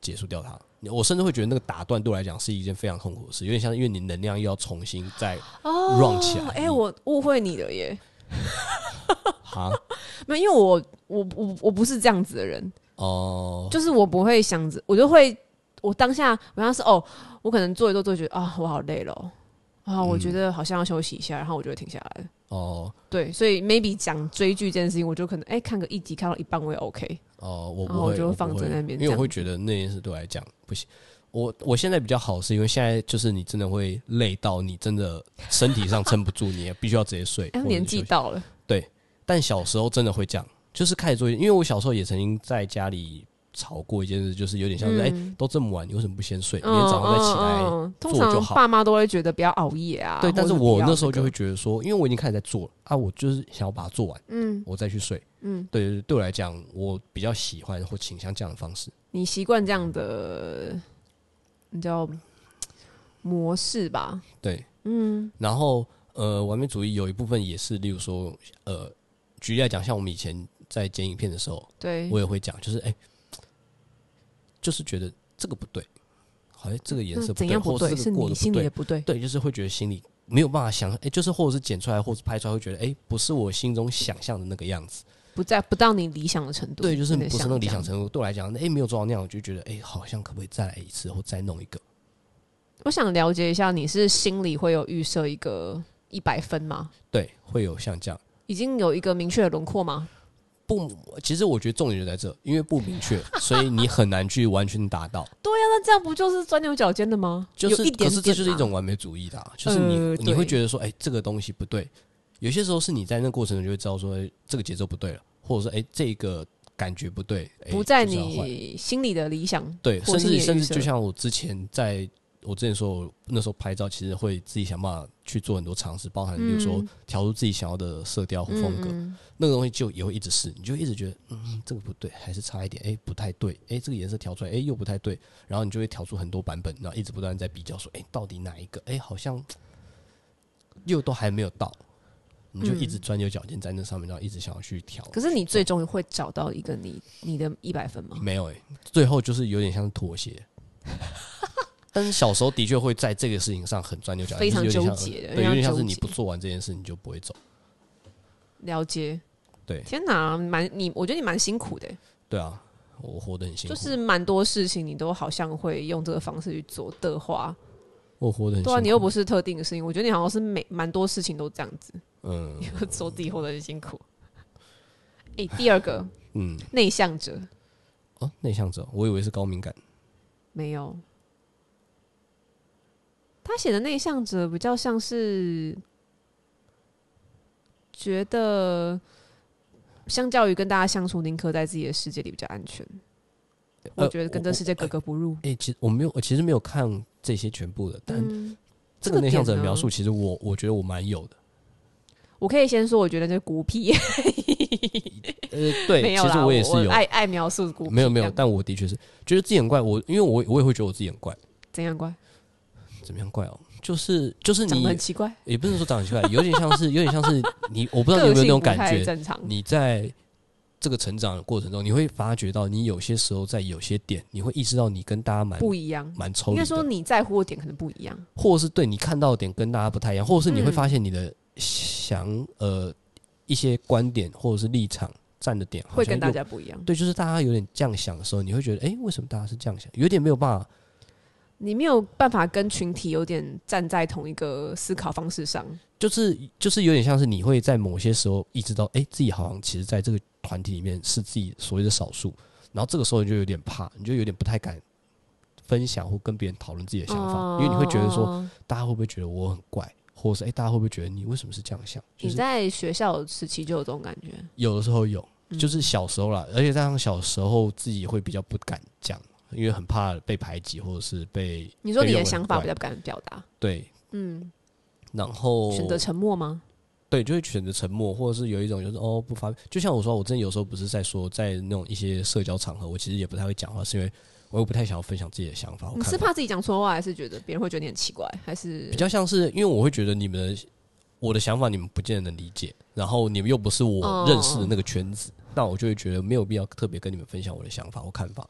结束掉它。你我甚至会觉得那个打断对我来讲是一件非常痛苦的事，有点像因为你能量又要重新再哦 run 起来哎、我误会你了耶，哈没有，因为我我我我不是这样子的人，哦，就是我不会想着，我就会我当下好像是哦，我可能做一做做一做觉得啊，我好累了哦、啊，嗯我觉得好像要休息一下，然后我就会停下来了。哦对，所以 maybe 讲追剧这件事情，我就可能哎、看个一集看到一半我也 OK。哦，我不然后会，我就我放不在会那边因为我这会样觉得那件事对我来讲不行。我我现在比较好，是因为现在就是你真的会累到你真的身体上撑不住，你也必须要直接睡。 哎、或者年是纪休息到了，但小时候真的会这样，就是开始做，因为我小时候也曾经在家里吵过一件事，就是有点像是哎、嗯都这么晚，你为什么不先睡？明嗯天早上再起来。嗯嗯，通做就常好爸妈都会觉得不要熬夜啊。对，或但是者我不要那时候这就个会觉得说，因为我已经开始在做了啊，我就是想要把它做完，嗯，我再去睡。嗯，对对对，对我来讲，我比较喜欢或倾向这样的方式。你习惯这样的，你叫模式吧？对，嗯，然后呃，完美主义有一部分也是，例如说呃，举例来讲，像我们以前在剪影片的时候，对我，也会讲，就是哎、就是觉得这个不对，好像这个颜那色嗯怎对，样或对？者这是个过你得心不里也对，不对。对，就是会觉得心里没有办法想，哎、就是或者是剪出来，或是拍出来，会觉得哎、不是我心中想象的那个样子，不在不到你理想的程度，对，就是有点不是那像个理这样想程度，对我来讲，哎、没有做到那样，我就觉得哎、好像可不可以再来一次，或再弄一个。我想了解一下，你是心里会有预设一个一百分吗？对，会有像这样已经有一个明确的轮廓吗？不，其实我觉得重点就在这，因为不明确，所以你很难去完全达到。那这样不就是钻牛角尖的吗？就是，有一点点、可是这就是一种，完美主义的啊、就是你、呃你会对觉得说，哎、这个东西不对，有些时候是你在那过程中就会知道说、哎这个节奏不对了，或者说哎、这个感觉不对，哎不在就是要换你心里的理想。哎对，或甚是你至的甚预至设就像我之前在我之前说，我那时候拍照其实会自己想办法去做很多尝试，包含比如说嗯调出自己想要的色调或风格，嗯那个东西就也会一直试，你就一直觉得嗯这个不对，还是差一点，哎、不太对，哎、这个颜色调出来，哎、又不太对，然后你就会调出很多版本，然后一直不断地在比较说，哎、到底哪一个，哎、好像又都还没有到。你就一直嗯钻牛角尖在那上面，然后一直想要去调。可是你最终会找到一个你你的一百分吗？没有诶、最后就是有点像是 妥协。但是小时候的确会在这个事情上很钻牛角尖，非常就是有点纠像结的对，有点像非常是你纠结不做完这件事，你就不会走。了解。对天哪，蛮你，我觉得你蛮辛苦的欸，对啊，我活得很辛就苦，是蛮多事情你都好像会用这个方式去做的话，我活得很辛苦。对啊，你又不是特定的事情，我觉得你好像是每蛮多事情都这样子，嗯你会 做自己活得很辛苦。诶，第二 个嗯内向者哦，内向者，我以为是高敏感。没有，他写的内向者比较像是觉得，相较于跟大家相处，宁可在自己的世界里比较安全。我呃觉得跟这世界格格不入。哎、其实我没有，我其实没有看这些全部的，但嗯，这这个个内向者的点呢描述，其实我我觉得我蛮有的。 我可以先说，我觉得这孤僻，呃，对，没有哎其啦，实我也是有，爱爱描述孤僻，没有没这有，样但我的确是觉得自己很怪。我因为我我也会觉得我自己很怪，怎样怪，怎么样怪哦？就是就是长你得很奇怪，也不是说长得奇怪，有点像是，有 点像是你，我不知道你个有没有那性种不太感觉，正常。你在这个成长的过程中，你会发觉到，你有些时候在有些点，你会意识到你跟大家蛮不一样，蛮抽应离该说的，你在乎的点可能不一样。或者是对你看到的点跟大家不太一样，或者是你会嗯发现你的想呃一些观点或者是立场站的点好会像跟大又家不一样。对，就是大家有点这样想的时候，你会觉得，哎，为什么大家是这样想？有点没有办法，你没有办法跟群体有点站在同一个思考方式上，就是就是有点像是你会在某些时候意识到，哎、自己好像其实在这个团体里面是自己所谓的少数，然后这个时候你就有点怕，你就有点不太敢分享或跟别人讨论自己的想法，因为你会觉得说，哦大家会不会觉得我很怪，或者是哎、诶大家会不会觉得你为什么是这样想？就你是在学校时期就有这种感觉，有的时候有，嗯就是小时候啦，而且加上小时候自己会比较不敢讲，因为很怕被排挤或者是被你说你被认为的很想法怪比较不敢表达，对，嗯，然后选择沉默吗？对，就会选择沉默，或者是有一种就是哦不发，就像我说，我之前有时候不是在说，在那种一些社交场合，我其实也不太会讲话，是因为我又不太想要分享自己的想法。我你哦看是怕自己讲错话，还是觉得别人会觉得你很奇怪，还是比较像是因为我会觉得你们的我的想法你们不见得能理解，然后你们又不是我认识的那个圈子，那我就会觉得没有必要特别跟你们分享我的想法或看法。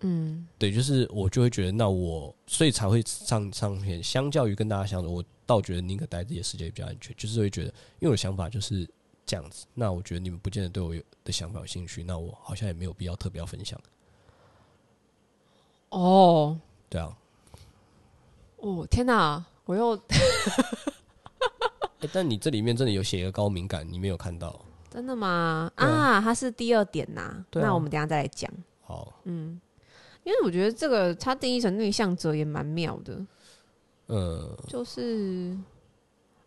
嗯，对，就是我就会觉得，那我所以才会上上面，相较于跟大家相处，我倒觉得宁可待自己的世界比较安全。就是会觉得，因为我的想法就是这样子，那我觉得你们不见得对我有的想法有兴趣，那我好像也没有必要特别要分享。哦，对啊，哦，天哪，我又诶但你这里面真的有写一个高敏感，你没有看到。真的吗？对啊啊，它是第二点呐、对啊那我们等一下再来讲，好，嗯，因为我觉得这个它定义成内向者也蛮妙的，嗯，就是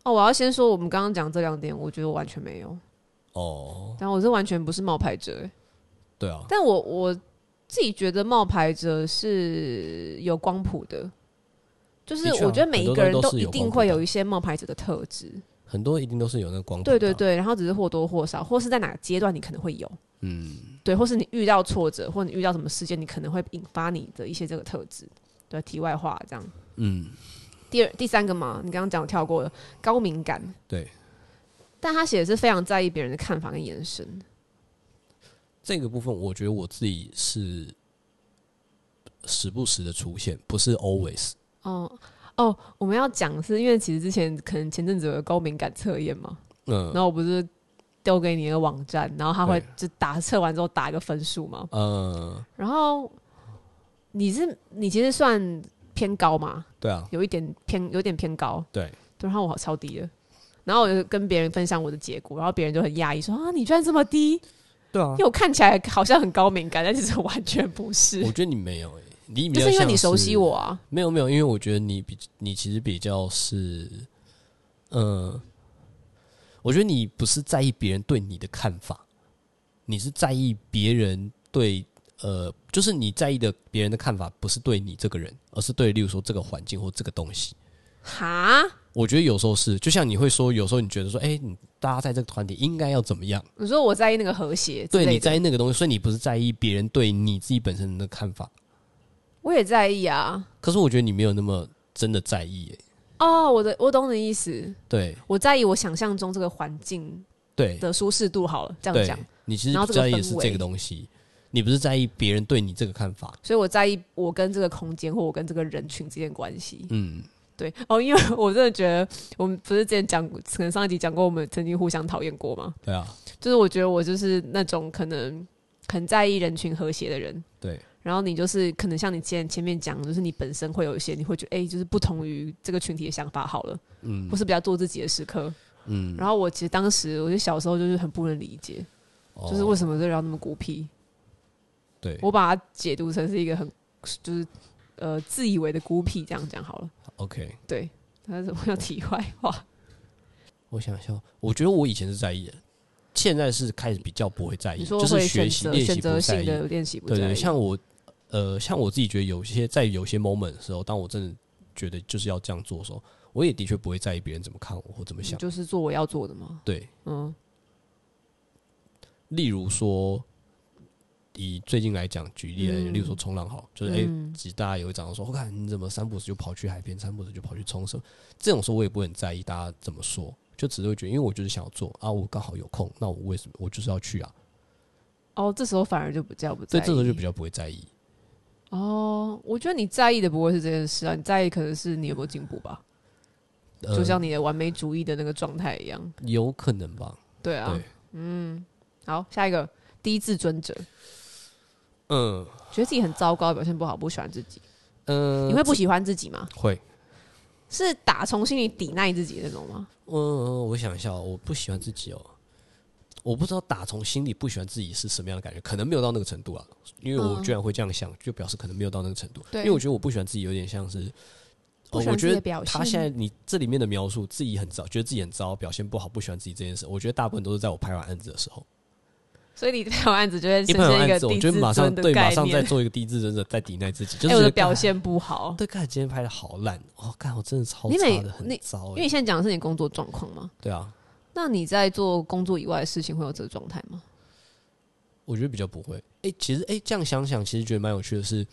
哦，我要先说我们刚刚讲这两点，我觉得我完全没有，哦，然后我是完全不是冒牌者欸，对啊，但我我自己觉得冒牌者是有光谱的，就是的确啊我觉得每一个很多人东都西都是一有定光谱会的有一些冒牌者的特质，很多一定都是有那个光谱。对对，对，然后只是或多或少，或是在哪个阶段你可能会有，嗯，对，或是你遇到挫折，或你遇到什么事件，你可能会引发你的一些这个特质。对，题外话这样。嗯，第二、第三个嘛，你刚刚讲跳过了高敏感，对，但他写的是非常在意别人的看法跟眼神。这个部分我觉得我自己是时不时的出现，不是 always。哦哦，我们要讲的是因为其实之前可能前阵子有个高敏感测验嘛，嗯然后我不是丢给你一个网站，然后他会对就打测完之后打一个分数嘛，嗯，然后你是你其实算偏高嘛，对啊，有一点偏有点偏高，对，对，然后我好超低的。然后我就跟别人分享我的结果，然后别人就很讶异说：“啊，你居然这么低？对啊因为，我看起来好像很高敏感，但其实完全不是我。觉得你没有、欸，你比就较是因为像你熟悉我，啊，没有没有，因为我觉得你比你其实比较是，嗯、呃，我我觉得你不是在意别人对你的看法，你是在意别人对呃，就是你在意的别人的看法，不是对你这个人，而是对，例如说这个环境或这个东西。哈，我觉得有时候是，就像你会说，有时候你觉得说，哎、你大家在这个团体应该要怎么样？你说我在意那个和谐之类对的，你在意那个东西，所以你不是在意别人对你自己本身的看法。我也在意啊。可是我觉得你没有那么真的在意、欸，哦，我的我懂你的意思，对我在意我想象中这个环境对的舒适度好了，这样对讲，，你其实然后比这较个在意的是氛围这个东西，你不是在意别人对你这个看法。所以我在意我跟这个空间或我跟这个人群之间的关系。嗯，对哦，因为我真的觉得我们不是之前讲，过，可能上一集讲过，我们曾经互相讨厌过嘛。对啊，就是我觉得我就是那种可能很在意人群和谐的人，对然后你就是可能像你前前面讲，就是你本身会有一些你会觉得哎、就是不同于这个群体的想法好了，嗯或是比较做自己的时刻。嗯，然后我其实当时，我就小时候就是很不能理解，就是为哦什么这人要那么孤僻。对我把它解读成是一个很就是呃自以为的孤僻，这样讲好了。 ，OK，对，但是我要题外话。我想一下，我觉得我以前是在意的，现在是开始比较不会在意，你说哎就会是选学习择练选习择不在性意。的练习不在对意，对，像我呃，像我自己觉得有些在有些 moment 的时候，当我真的觉得就是要这样做的时候，我也的确不会在意别人怎么看我或怎么你想。就是做我要做的嘛。对，嗯，例如说，以最近来讲举例来讲，例如说冲浪好了，就是哎、嗯其实大家也会讲到说，我、哦看你怎么三步时就跑去海边，三步时就跑去冲绳，这种时候我也不会很在意大家怎么说，就只是会觉得，因为我就是想要做啊，我刚好有空，那我为什么我就是要去啊？哦，这时候反而就不叫不在所意，以这时候就比较不会在意。哦，我觉得你在意的不会是这件事啊，你在意可能是你有没有进步吧，呃就像你的完美主义的那个状态一样。有可能吧，对啊，对嗯，好，下一个低自尊者，嗯觉得自己很糟糕，表现不好，不喜欢自己，嗯、呃你会不喜欢自己吗？会，是打从心里抵赖自己的那种吗？嗯、我想一下哦，我不喜欢自己哦。我不知道打从心里不喜欢自己是什么样的感觉，可能没有到那个程度啊，因为我嗯居然会这样想，就表示可能没有到那个程度。对因为我觉得我不喜欢自己有点像是，不呃喜欢我自己觉的得表他现现在你这里面的描述，自己很糟，觉得自己很糟，表现不好，不喜欢自己这件事，我觉得大部分都是在我拍完案子的时候，所以你拍完案子就会一是拍完一案个子，我低觉得自马上尊对的马概上在念。做一个低自尊者，在抵赖 自己，就哎、是我的干表现不好，对，看今天拍的好烂，哦，看我真的超你每差的很你糟因欸，为你现在讲的是你工作状况嘛？对啊，那你在做工作以外的事情会有这个状态吗？我觉得比较不会。诶，其实诶，这样想想，其实觉得蛮有趣的是，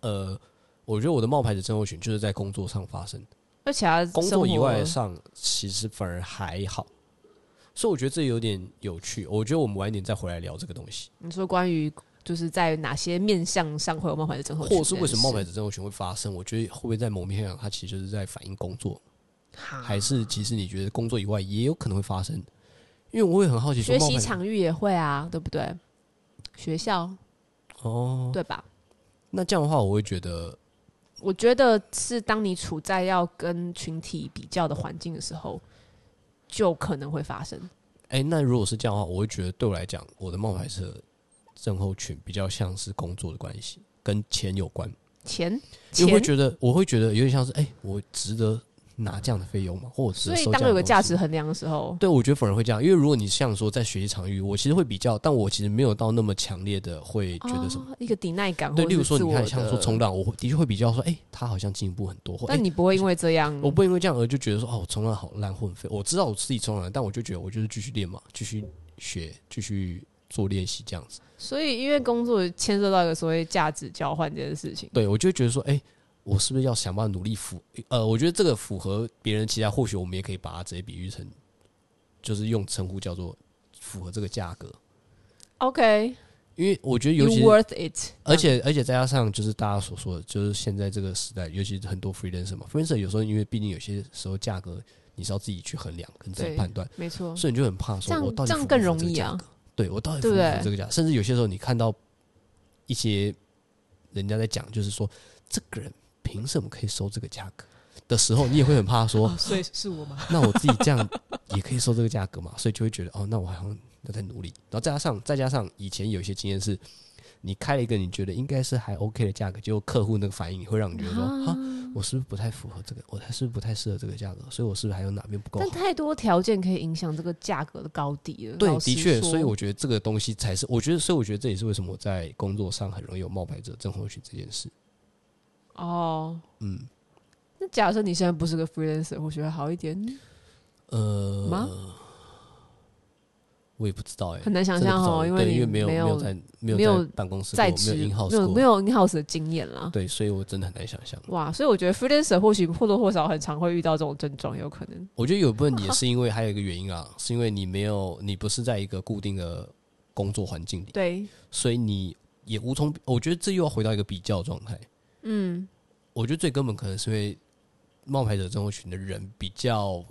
呃，我觉得我的冒牌者症候群就是在工作上发生，而且他工作以生活外上其实反而还好，所以我觉得这有点有趣。我觉得我们晚一点再回来聊这个东西，你说关于就是在哪些面向上会有冒牌的症候或群者是为什么冒牌者者症候群会发生？我觉得会不会在某面上，它其实就是在反映工作，还还是其实你觉得工作以外也有可能会发生？因为我也很好奇说学冒牌习者，场域也会啊，对不对？学校哦，对吧？那这样的话，我会觉得我觉得是当你处在要跟群体比较的环境的时候，就可能会发生。哎、那如果是这样的话，我会觉得对我来讲，我的冒牌者症候群比较像是工作的关系，跟钱有关。钱因为会钱，觉得，我会觉得有点像是，哎、我值得拿这样的费用吗？或我值所得以收这当样的有个价东西值吗，衡量的时候，对我觉得反而会这样。因为如果你像说在学习场域，我其实会比较，但我其实没有到那么强烈的会觉得什么。哦一个抵耐感，对，或例者如是说，自你我看的像说冲，浪，我会的确会比较说，哎、他好像进步很多，或哎、但你不会因为这样，我不会因为这样而就觉得说，哦，我冲浪好烂混废。我知道我自己冲浪，但我就觉得我就是继续练嘛，继续学，继续做练习这样子。所以因为工作牵涉到一个所谓价值交换这件事情。对我就会觉得说，哎、我是不是要想办法努力符？呃，我觉得这个符合别人的期待，或许我们也可以把它直接比喻成，就是用称呼叫做符合这个价格。 OK，you 因为我觉得，尤其是 worth it，嗯而且而且再加上就是大家所说的，就是现在这个时代，尤其是很多 freelancer 嘛，freelancer 有时候因为毕竟有些时候价格你是要自己去衡量跟自己对判断。没错，所以你就很怕这说，样我到底这样符不更符合容这个易价啊格？对我到底符对不不符合对，这个价格？甚至有些时候你看到一些人家在讲，就是说这个人凭什么可以收这个价格的时候，你也会很怕说哦所以是我吗？ 那我自己这样也可以收这个价格嘛？所以就会觉得，哦，那我好像要再努力。然后再加上再加上以前有一些经验是，你开了一个你觉得应该是还 OK 的价格，结果客户那个反应会让你觉得说，啊，我是不是不太符合这个？我是不是不太适合这个价格？所以我是不是还有哪边不够但好？太多条件可以影响这个价格的高低了。对老，实的确，说所以我觉得这个东西才是，我觉得，所以我觉得这也是为什么我在工作上很容易有冒牌者症候群这件事。哦，嗯，那假设你现在不是个 freelancer，我觉得好一点，呃吗我也不知道哎、很难想真的象不知道哦，因对为因你为没有没有有在没有没有在办公室过，在没有职 in 没 house 有过，没有 in house 的经验啦。对，所以我真的很难想象。哇，所以我觉得 freelancer 或许或多或少很常会遇到这种症状，有可能。我觉得有部 分也是因为还有一个原因啊，是因为你没有你不是在一个固定的工作环境里，对，所以你也无从。我觉得这又要回到一个比较状态。嗯，我觉得最根本可能是因为冒牌者症候群的人比较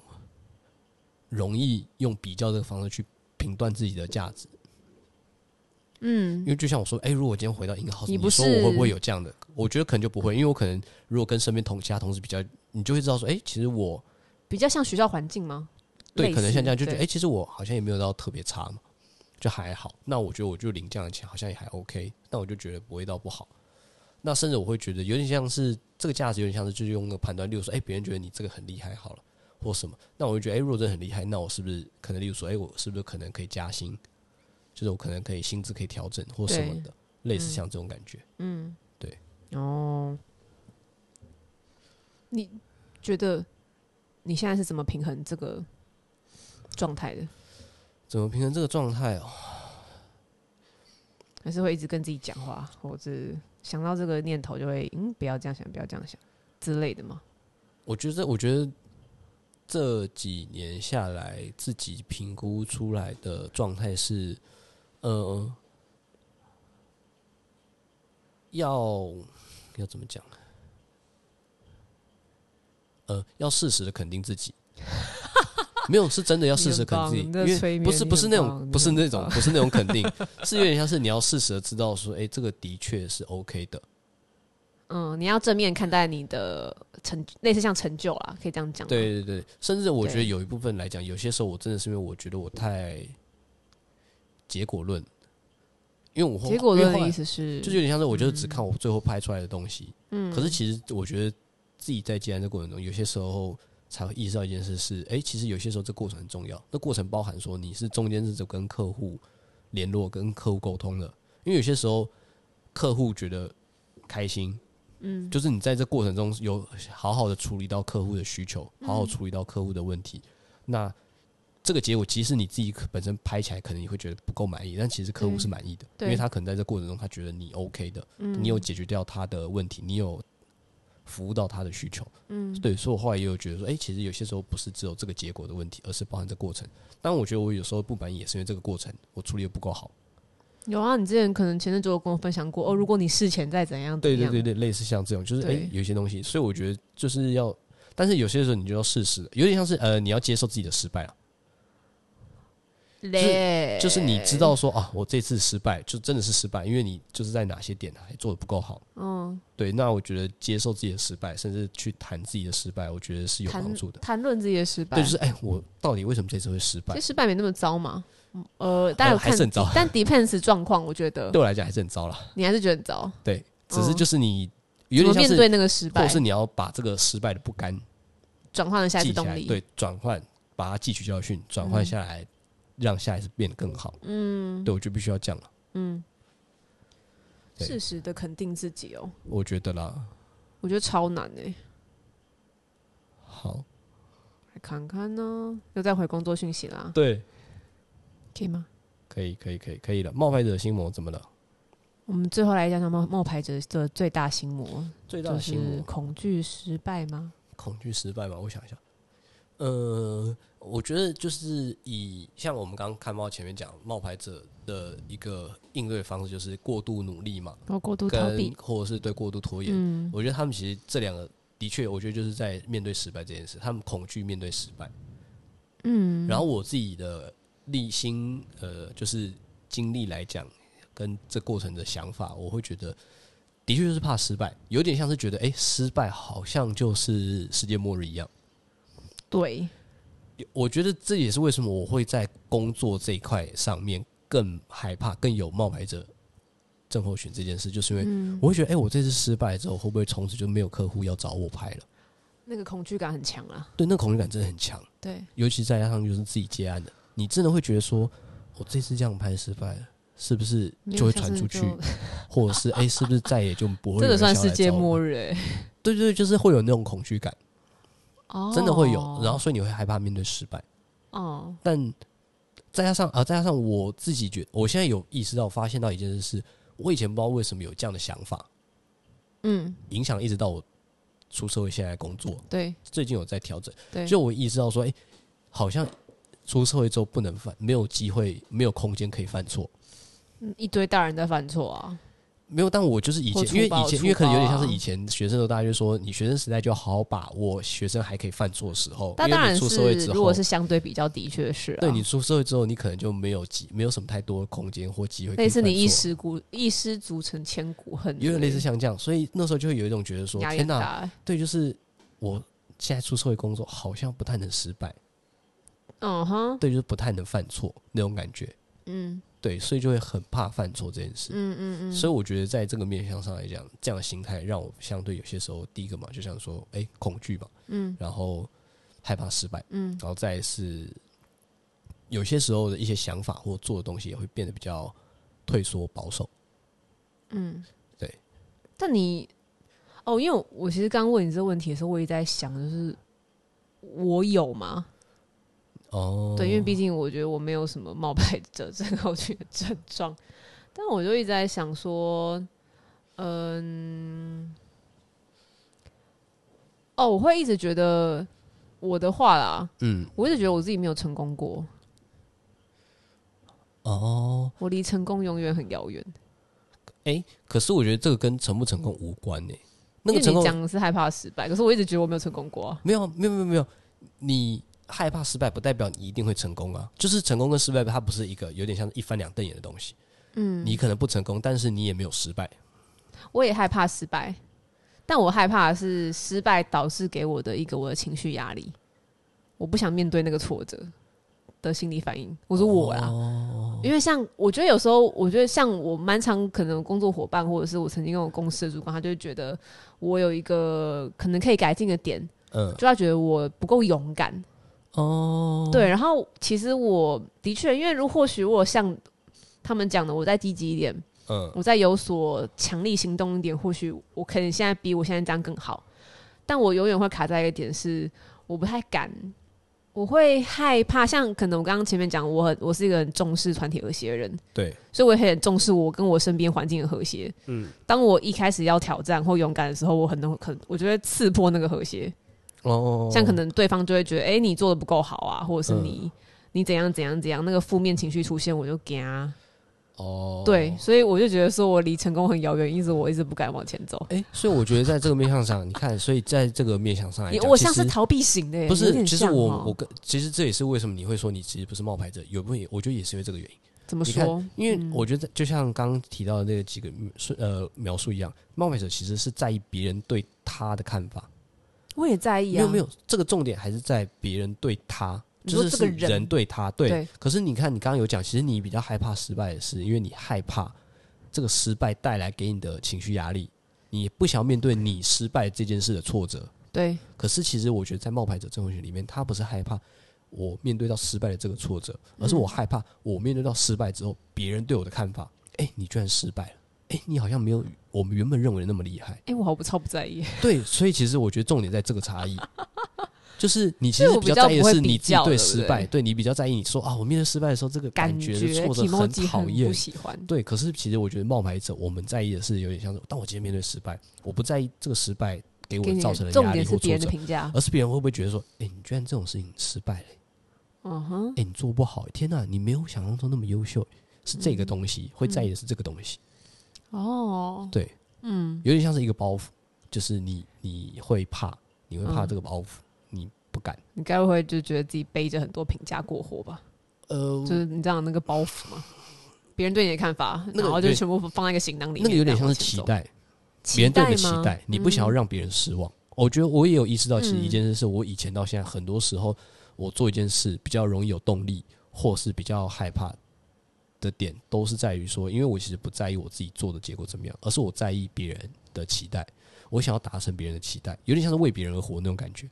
容易用比较这个方式去评断自己的价值。嗯，因为就像我说，哎、如果我今天回到银行，你你不说是我会不会有这样的？我觉得可能就不会，因为我可能如果跟身边同其他同事比较，你就会知道说，哎、其实我比较像学校环境吗？类对似可能像这样就觉得，哎、对其实我好像也没有到特别差嘛，就还好。那我觉得我就领这样的钱好像也还 OK，那我就觉得不会到不好。那甚至我会觉得有点像是这个价值，有点像是就是用那个判断，例如说，哎、别人觉得你这个很厉害好了，或什么，那我就觉得，哎、如果真的很厉害，那我是不是可能，例如说，哎、我是不是可能可以加薪，就是我可能可以薪资可以调整或什么的，类嗯似像这种感觉。哦，你觉得你现在是怎么平衡这个状态的？怎么平衡这个状态哦？还是会一直跟自己讲话，或者想到这个念头就会嗯，不要这样想，不要这样想之类的吗？我觉得，我觉得这几年下来，自己评估出来的状态是，呃，要要怎么讲？呃，要适时的肯定自己。 没有，是真 的要适时地肯定自己，你很因棒你在催为眠不是不是你那很棒种你不是很那种棒不是那种肯定，是有点像是你要适时的知道说，哎、这个的确是 OK 的，嗯，你要正面看待你的成，类似像成就啦，可以这样讲。，啊对对对，甚至我觉得对有一部分来讲，有些时候我真的是因为我觉得我太结果论，因为我后结果论的意，因为思嗯是，后来就是有点像是我就是只看我最后拍出来的东西，嗯，可是其实我觉得自己在接案这过程中，有些时候才会意识到一件事是，哎、其实有些时候这过程很重要，那过程包含说你是中间是怎么跟客户联络、跟客户沟通的，因为有些时候客户觉得开心，嗯，就是你在这过程中有好好的处理到客户的需求，好好处理到客户的问题，那这个结果即使你自己本身拍起来可能你会觉得不够满意，但其实客户是满意的，对嗯因为他可能在这过程中他觉得你 OK 的，你有解决掉他的问题，你有服务到他的需求，嗯，对，所以我后来也有觉得说，哎、其实有些时候不是只有这个结果的问题，而是包含这过程。但我觉得我有时候不满意也是因为这个过程我处理的不够好。有啊，你之前可能前阵子有跟我分享过哦，如果你事前再怎样怎对对样，啊对对，类似像这种，就是哎、对诶有一些东西，所以我觉得就是要，但是有些时候你就要适时的，有点像是呃，你要接受自己的失败了，对嘞，就是你知道说啊，我这次失败就真的是失败，因为你就是在哪些点还做的不够好。嗯，对，那我觉得接受自己的失败，甚至去谈自己的失败，我觉得是有帮谈助的。谈论自己的失败，对，就是哎、诶我到底为什么这次会失败其实？失败没那么糟嘛。嗯呃，大家有还看，是很糟但 depends 状况，我觉得对我来讲还是很糟了。你还是觉得很糟。对，只是嗯就是你有怎么点像面是，对那个失或败者，是你要把这个失败的不甘转换了下一记次起动来，力。嗯对，转换把它汲取教训，转换下来，让下一次变得更好。嗯，对，我就必须要这样了，对适时的肯定自己哦，我觉得啦。我觉得超难哎、好，来看看呢，又在回工作讯息啦，对，可以吗？可以，可以，可以，可以了。冒牌者心魔怎么了？我们最后来讲讲冒冒牌者的最大心魔，最大就的心魔是，恐惧失败吗？恐惧失败吧。我想一下，呃，我觉得就是以像我们刚刚看到前面讲冒牌者的一个应对方式，就是过度努力嘛，然后过度嗯逃跟避，或者是对过度拖延。嗯，我觉得他们其实这两个的确，我觉得就是在面对失败这件事，他们恐惧面对失败。嗯，然后我自己的历心呃，就是经历来讲，跟这过程的想法，我会觉得的确就是怕失败，有点像是觉得哎、诶失败好像就是世界末日一样。对，我觉得这也是为什么我会在工作这一块上面更害怕、更有冒牌者症候群这件事，就是因为我会觉得，哎、我这次失败之后，会不会从此就没有客户要找我拍了？那个恐惧感很强啦。对，那个恐惧感真的很强，对，尤其再加上就是自己接案的，你真的会觉得说，我这次这样拍失败了，是不是就会传出去， 或者是哎、是不是再也就不会有这个人想算要来世界找我末日哎、对对，对就是会有那种恐惧感，哦真的会有，然后所以你会害怕面对失败，哦，但再加上啊、再加上我自己觉我现在有意识到、发现到一件事是，我以前不知道为什么有这样的想法，嗯，影响一直到我出社会现在工作，对最近有在调整，对，就我意识到说，哎、好像出社会之后不能犯，没有机会，没有空间可以犯错。嗯一堆大人在犯错啊，没有，但我就是以或前，粗因为暴以前，粗因为可能有点暴啊像是以前学生的时候，大家就说，你学生时代就好好把握学生还可以犯错的时候，但因当为你然出社会是之后，如果是相对比较，的确是、啊、对你出社会之后，你可能就没有机，没有什么太多空间或机会可以类似犯错。你一失骨一失足成千古恨，有点类似像这样，所以那时候就会有一种觉得说，压力很天哪，大欸。对，就是我现在出社会工作好像不太能失败，嗯哼，对，就是不太能犯错那种感觉，嗯对，所以就会很怕犯错这件事。嗯嗯嗯，所以我觉得在这个面向上来讲，这样的心态让我相对有些时候，第一个嘛，就像说，哎、恐惧嘛，嗯然后害怕失败，嗯然后再来是有些时候的一些想法或做的东西也会变得比较退缩保守。嗯，对。但你哦，因为我其实刚问你这个问题的时候，我也在想，就是我有吗？哦，对，因为毕竟我觉得我没有什么冒牌者症候群的症状，但我就一直在想说，嗯，哦，我会一直觉得我的话啦，嗯，我一直觉得我自己没有成功过，哦，我离成功永远很遥远。哎、可是我觉得这个跟成不成功无关呢、那因个为成你功讲的是害怕失败，可是我一直觉得我没有成功过、啊。没有，没有，没有，没有，你害怕失败不代表你一定会成功啊。就是成功跟失败，它不是一个有点像是一翻两瞪眼的东西。嗯，你可能不成功，但是你也没有失败。我也害怕失败，但我害怕的是失败导致给我的一个我的情绪压力，我不想面对那个挫折的心理反应。我说我啦，因为像我觉得有时候，我觉得像我蛮常可能工作伙伴或者是我曾经跟我公司的主管，他就会觉得我有一个可能可以改进的点，嗯，就他觉得我不够勇敢。哦，对，然后其实我的确，因为如或许我像他们讲的，我再积极一点，嗯，我再有所强力行动一点，或许我可能现在比我现在这样更好，但我永远会卡在一个点是，我不太敢，我会害怕。像可能我刚刚前面讲，我很我是一个很重视团体和谐的人，对，所以我也很重视我跟我身边环境的和谐。嗯，当我一开始要挑战或勇敢的时候，我很能很，我觉得刺破那个和谐。哦，像可能对方就会觉得，哎、你做的不够好啊，或者是你、你怎样怎样怎样，那个负面情绪出现，我就惊啊。哦，对，所以我就觉得说我离成功很遥远，一直我一直不敢往前走。哎、所以我觉得在这个面向上，你看，所以在这个面向上来你讲，我其像是实逃避型的耶，不有是，点其实像我哦我跟其实这也是为什么你会说你其实不是冒牌者，有部分也我觉得也是因为这个原因。怎么你看说？嗯因为我觉得就像刚刚提到的那几个是呃描述一样，冒牌者其实是在意别人对他的看法，我也在意没啊，有没有，这个重点还是在别人对他，你就说是这个是人人对他对。对可是你看，你刚刚有讲，其实你比较害怕失败的是，因为你害怕这个失败带来给你的情绪压力，你不想面对你失败这件事的挫折。对，可是其实我觉得在冒牌者症候群里面，他不是害怕我面对到失败的这个挫折，嗯而是我害怕我面对到失败之后，别人对我的看法。哎、你居然失败了，哎、你好像没有我们原本认为的那么厉害。哎，我好不超不在意，对，所以其实我觉得重点在这个差异， 就是你其所以实我比比较在较意不的会是比你自己较对对不失对败，对你比较在意，你说啊，我面对失败的时候，这个感觉觉的挫折 emoji 很讨很厌不。喜欢。对，可是其实我觉得冒牌者，我们在意的是有点像是，当我今天面对失败，我不在意这个失败给给我你造成的重压力点或是别挫人的折，评价，而是别人会不会觉得说，哎、你居然这种事情失败了、嗯哼哎、，你做不好、天哪，你没有想象中那么优秀，是这嗯个东西，会在意的是这个东西，哦，对，嗯，有点像是一个包袱，就是你你会怕，你会怕嗯这个包袱，你不敢。你该不会就觉得自己背着很多评价过活吧？呃就，是你知道那个包袱 吗？别人对你的看法，那个然后有就点全部放在一个行囊里面，那个有点这样像往是前期走，待，期别人对你的吗期待，你不想要嗯让别人失望。我觉得我也有意识到，其实一嗯件事是我以前到现在，很多时候我做一件事比较容易有动力，或是比较害怕的点都是在于说，因为我其实不在意我自己做的结果怎么样，而是我在意别人的期待，我想要达成别人的期待，有点像是为别人而活那种感觉。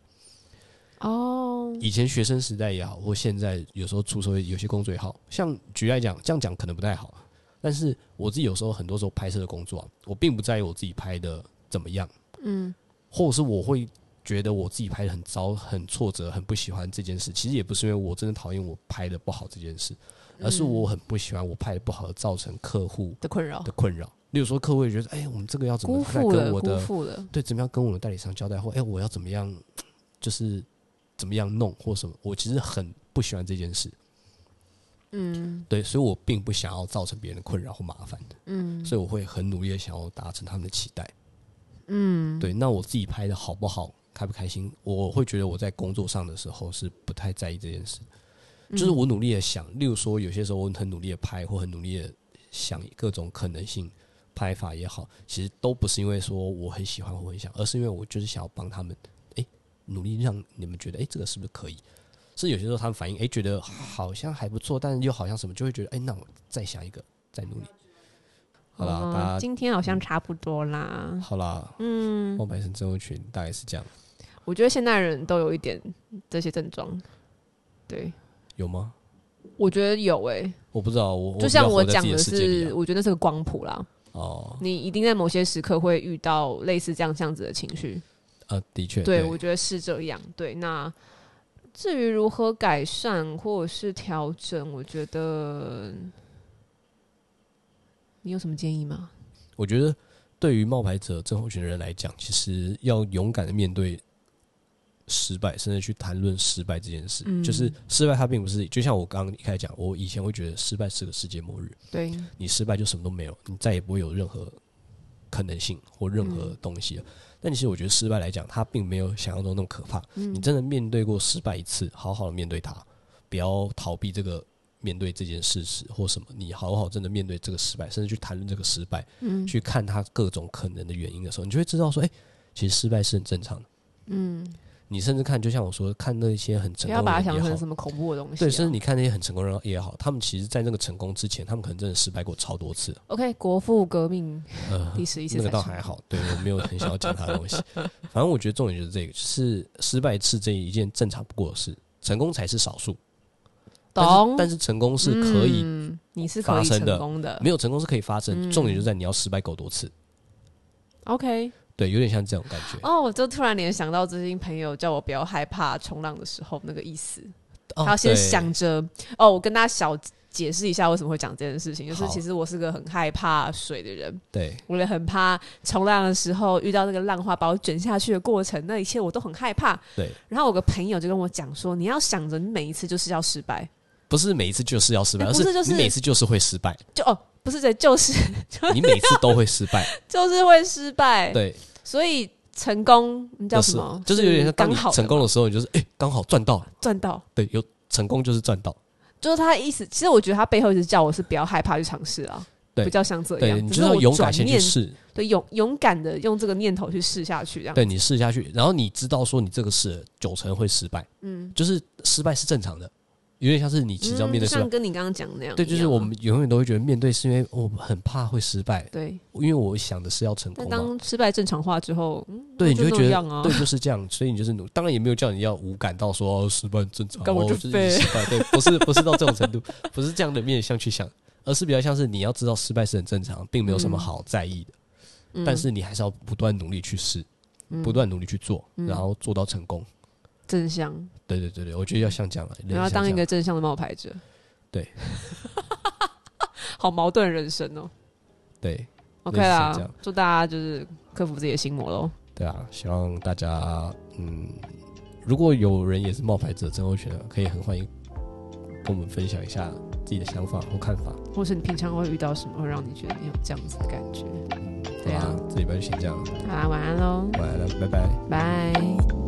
哦，以前学生时代也好，或现在有时候出社会有些工作也好，像举例来讲，这样讲可能不太好，但是我自己有时候很多时候拍摄的工作啊、我并不在意我自己拍的怎么样，嗯，或者是我会觉得我自己拍的很糟、很挫折、很不喜欢这件事。其实也不是因为我真的讨厌我拍的不好这件事，而嗯是我很不喜欢我拍的不好而造成客户的困扰的，困扰。例如说，客户会觉得，哎、我们这个要怎辜么再负跟了，我辜的负了，对，怎么样跟我的代理商交代，或哎、我要怎么样，就是怎么样弄或什么，我其实很不喜欢这件事。嗯对，所以我并不想要造成别人的困扰或麻烦，嗯所以我会很努力的想要达成他们的期待。嗯，对，那我自己拍的好不好，开不开心，我会觉得我在工作上的时候是不太在意这件事，嗯，就是我努力的想，例如说有些时候我很努力的拍，或很努力的想各种可能性。拍法也好，其实都不是因为说我很喜欢或很想，而是因为我就是想要帮他们，诶，努力让你们觉得，诶，这个是不是可以？是有些时候他们反应，诶，觉得好像还不错，但又好像什么，就会觉得，诶，那我再想一个，再努力。好啦，哦大家嗯今天好像差不多啦。好啦，嗯，冒牌生症候群大概是这样，我觉得现代人都有一点这些症状。对，有吗？我觉得有诶、我不知道，我就像我我比较活在讲自的己的世界里是，啊我觉得那是个光谱啦。哦，你一定在某些时刻会遇到类似这样这样子的情绪。呃，的确，对，我觉得是这样。对，那至于如何改善或者是调整，我觉得你有什么建议吗？我觉得对于冒牌者症候群的人来讲，其实要勇敢的面对失败，甚至去谈论失败这件事。嗯就是失败，它并不是就像我刚刚一开始讲，我以前会觉得失败是个世界末日，对，你失败就什么都没有，你再也不会有任何可能性或任嗯何东西了。但其实我觉得失败来讲，它并没有想象中那么可怕。嗯你真的面对过失败一次，好好的面对它，不要逃避这个面对这件事实或什么，你好好真的面对这个失败，甚至去谈论这个失败，嗯去看它各种可能的原因的时候，你就会知道说，哎、其实失败是很正常的。嗯，你甚至看，就像我说，看那些很不成功的要人把它也想好成什么恐怖的东西、对，甚啊至。你看那些很成功的人也好，他们其实，在那个成功之前，他们可能真的失败过超多次。 OK，国父革命呃，第十一次那才个倒成还好，对我没有很想要讲他的东西。反正我觉得重点就是这个，就是失败是这一件正常不过的事，成功才是少数。但是懂，但是成功是可以，嗯，你是可发以生成的功的，没有成功是可以发生，嗯重点就在你要失败够多次。 OK，对，有点像这种感觉。哦，我就突然联想到最近朋友叫我不要害怕冲浪的时候那个意思，哦他要先对想着哦，我跟大家小解释一下为什么会讲这件事情，就是好其实我是个很害怕水的人，对，我也很怕冲浪的时候遇到那个浪花把我卷下去的过程，那一切我都很害怕。对，然后我有个朋友就跟我讲说，你要想着你每一次就是要失败，不是每一次就是要失败，哎而不是就是你每次就是会失败，就哦。不是对，就是 你每次都会失败。就是会失败，对，所以成功哎你叫就什是么？就是有点像当刚你好的成功嘛的时候，你就是哎，刚好赚到了。赚到，对，有成功就是赚到。就是他的意思，其实我觉得他背后一直叫我是不要害怕去尝试啊，对比较像这样，对，你只就是要我勇转敢先去念，试。对，勇勇敢的用这个念头去试下去，这样，对你试下去，然后你知道说你这个事九成会失败，嗯，就是失败是正常的，有点像是你其实要嗯面就对失败。像跟你刚刚讲的那样一样啊，对，就是我们永远都会觉得面对是因为我很怕会失败，对，因为我想的是要成但功嘛。当失败正常化之后，嗯对，你就会那觉得、样啊对，就是这样，所以你就是努，当然也没有叫你要无感到说、哦、失败很正常，干我哦就就是废失败，对，不是不是到这种程度，不是这样的面向去想，而是比较像是你要知道失败是很正常，并没有什么嗯好在意的。嗯但是你还是要不断努力去试，嗯不断努力去做，嗯然后做到成功。正向，对对对对，我觉得要像这样了，人然后像当这一样个正向的冒牌者，对， 好矛盾的人生哦。对 OK 类似啦这样，祝大家就是克服自己的心魔喽。对啊，希望大家嗯，如果有人也是冒牌者症候群的，可以很欢迎跟我们分享一下自己的想法或看法。或是你平常会遇到什么会让你觉得你有这样子的感觉？嗯，对啊好吧，这礼拜就先这样，啊好啦，晚安喽，晚安了，拜拜。拜。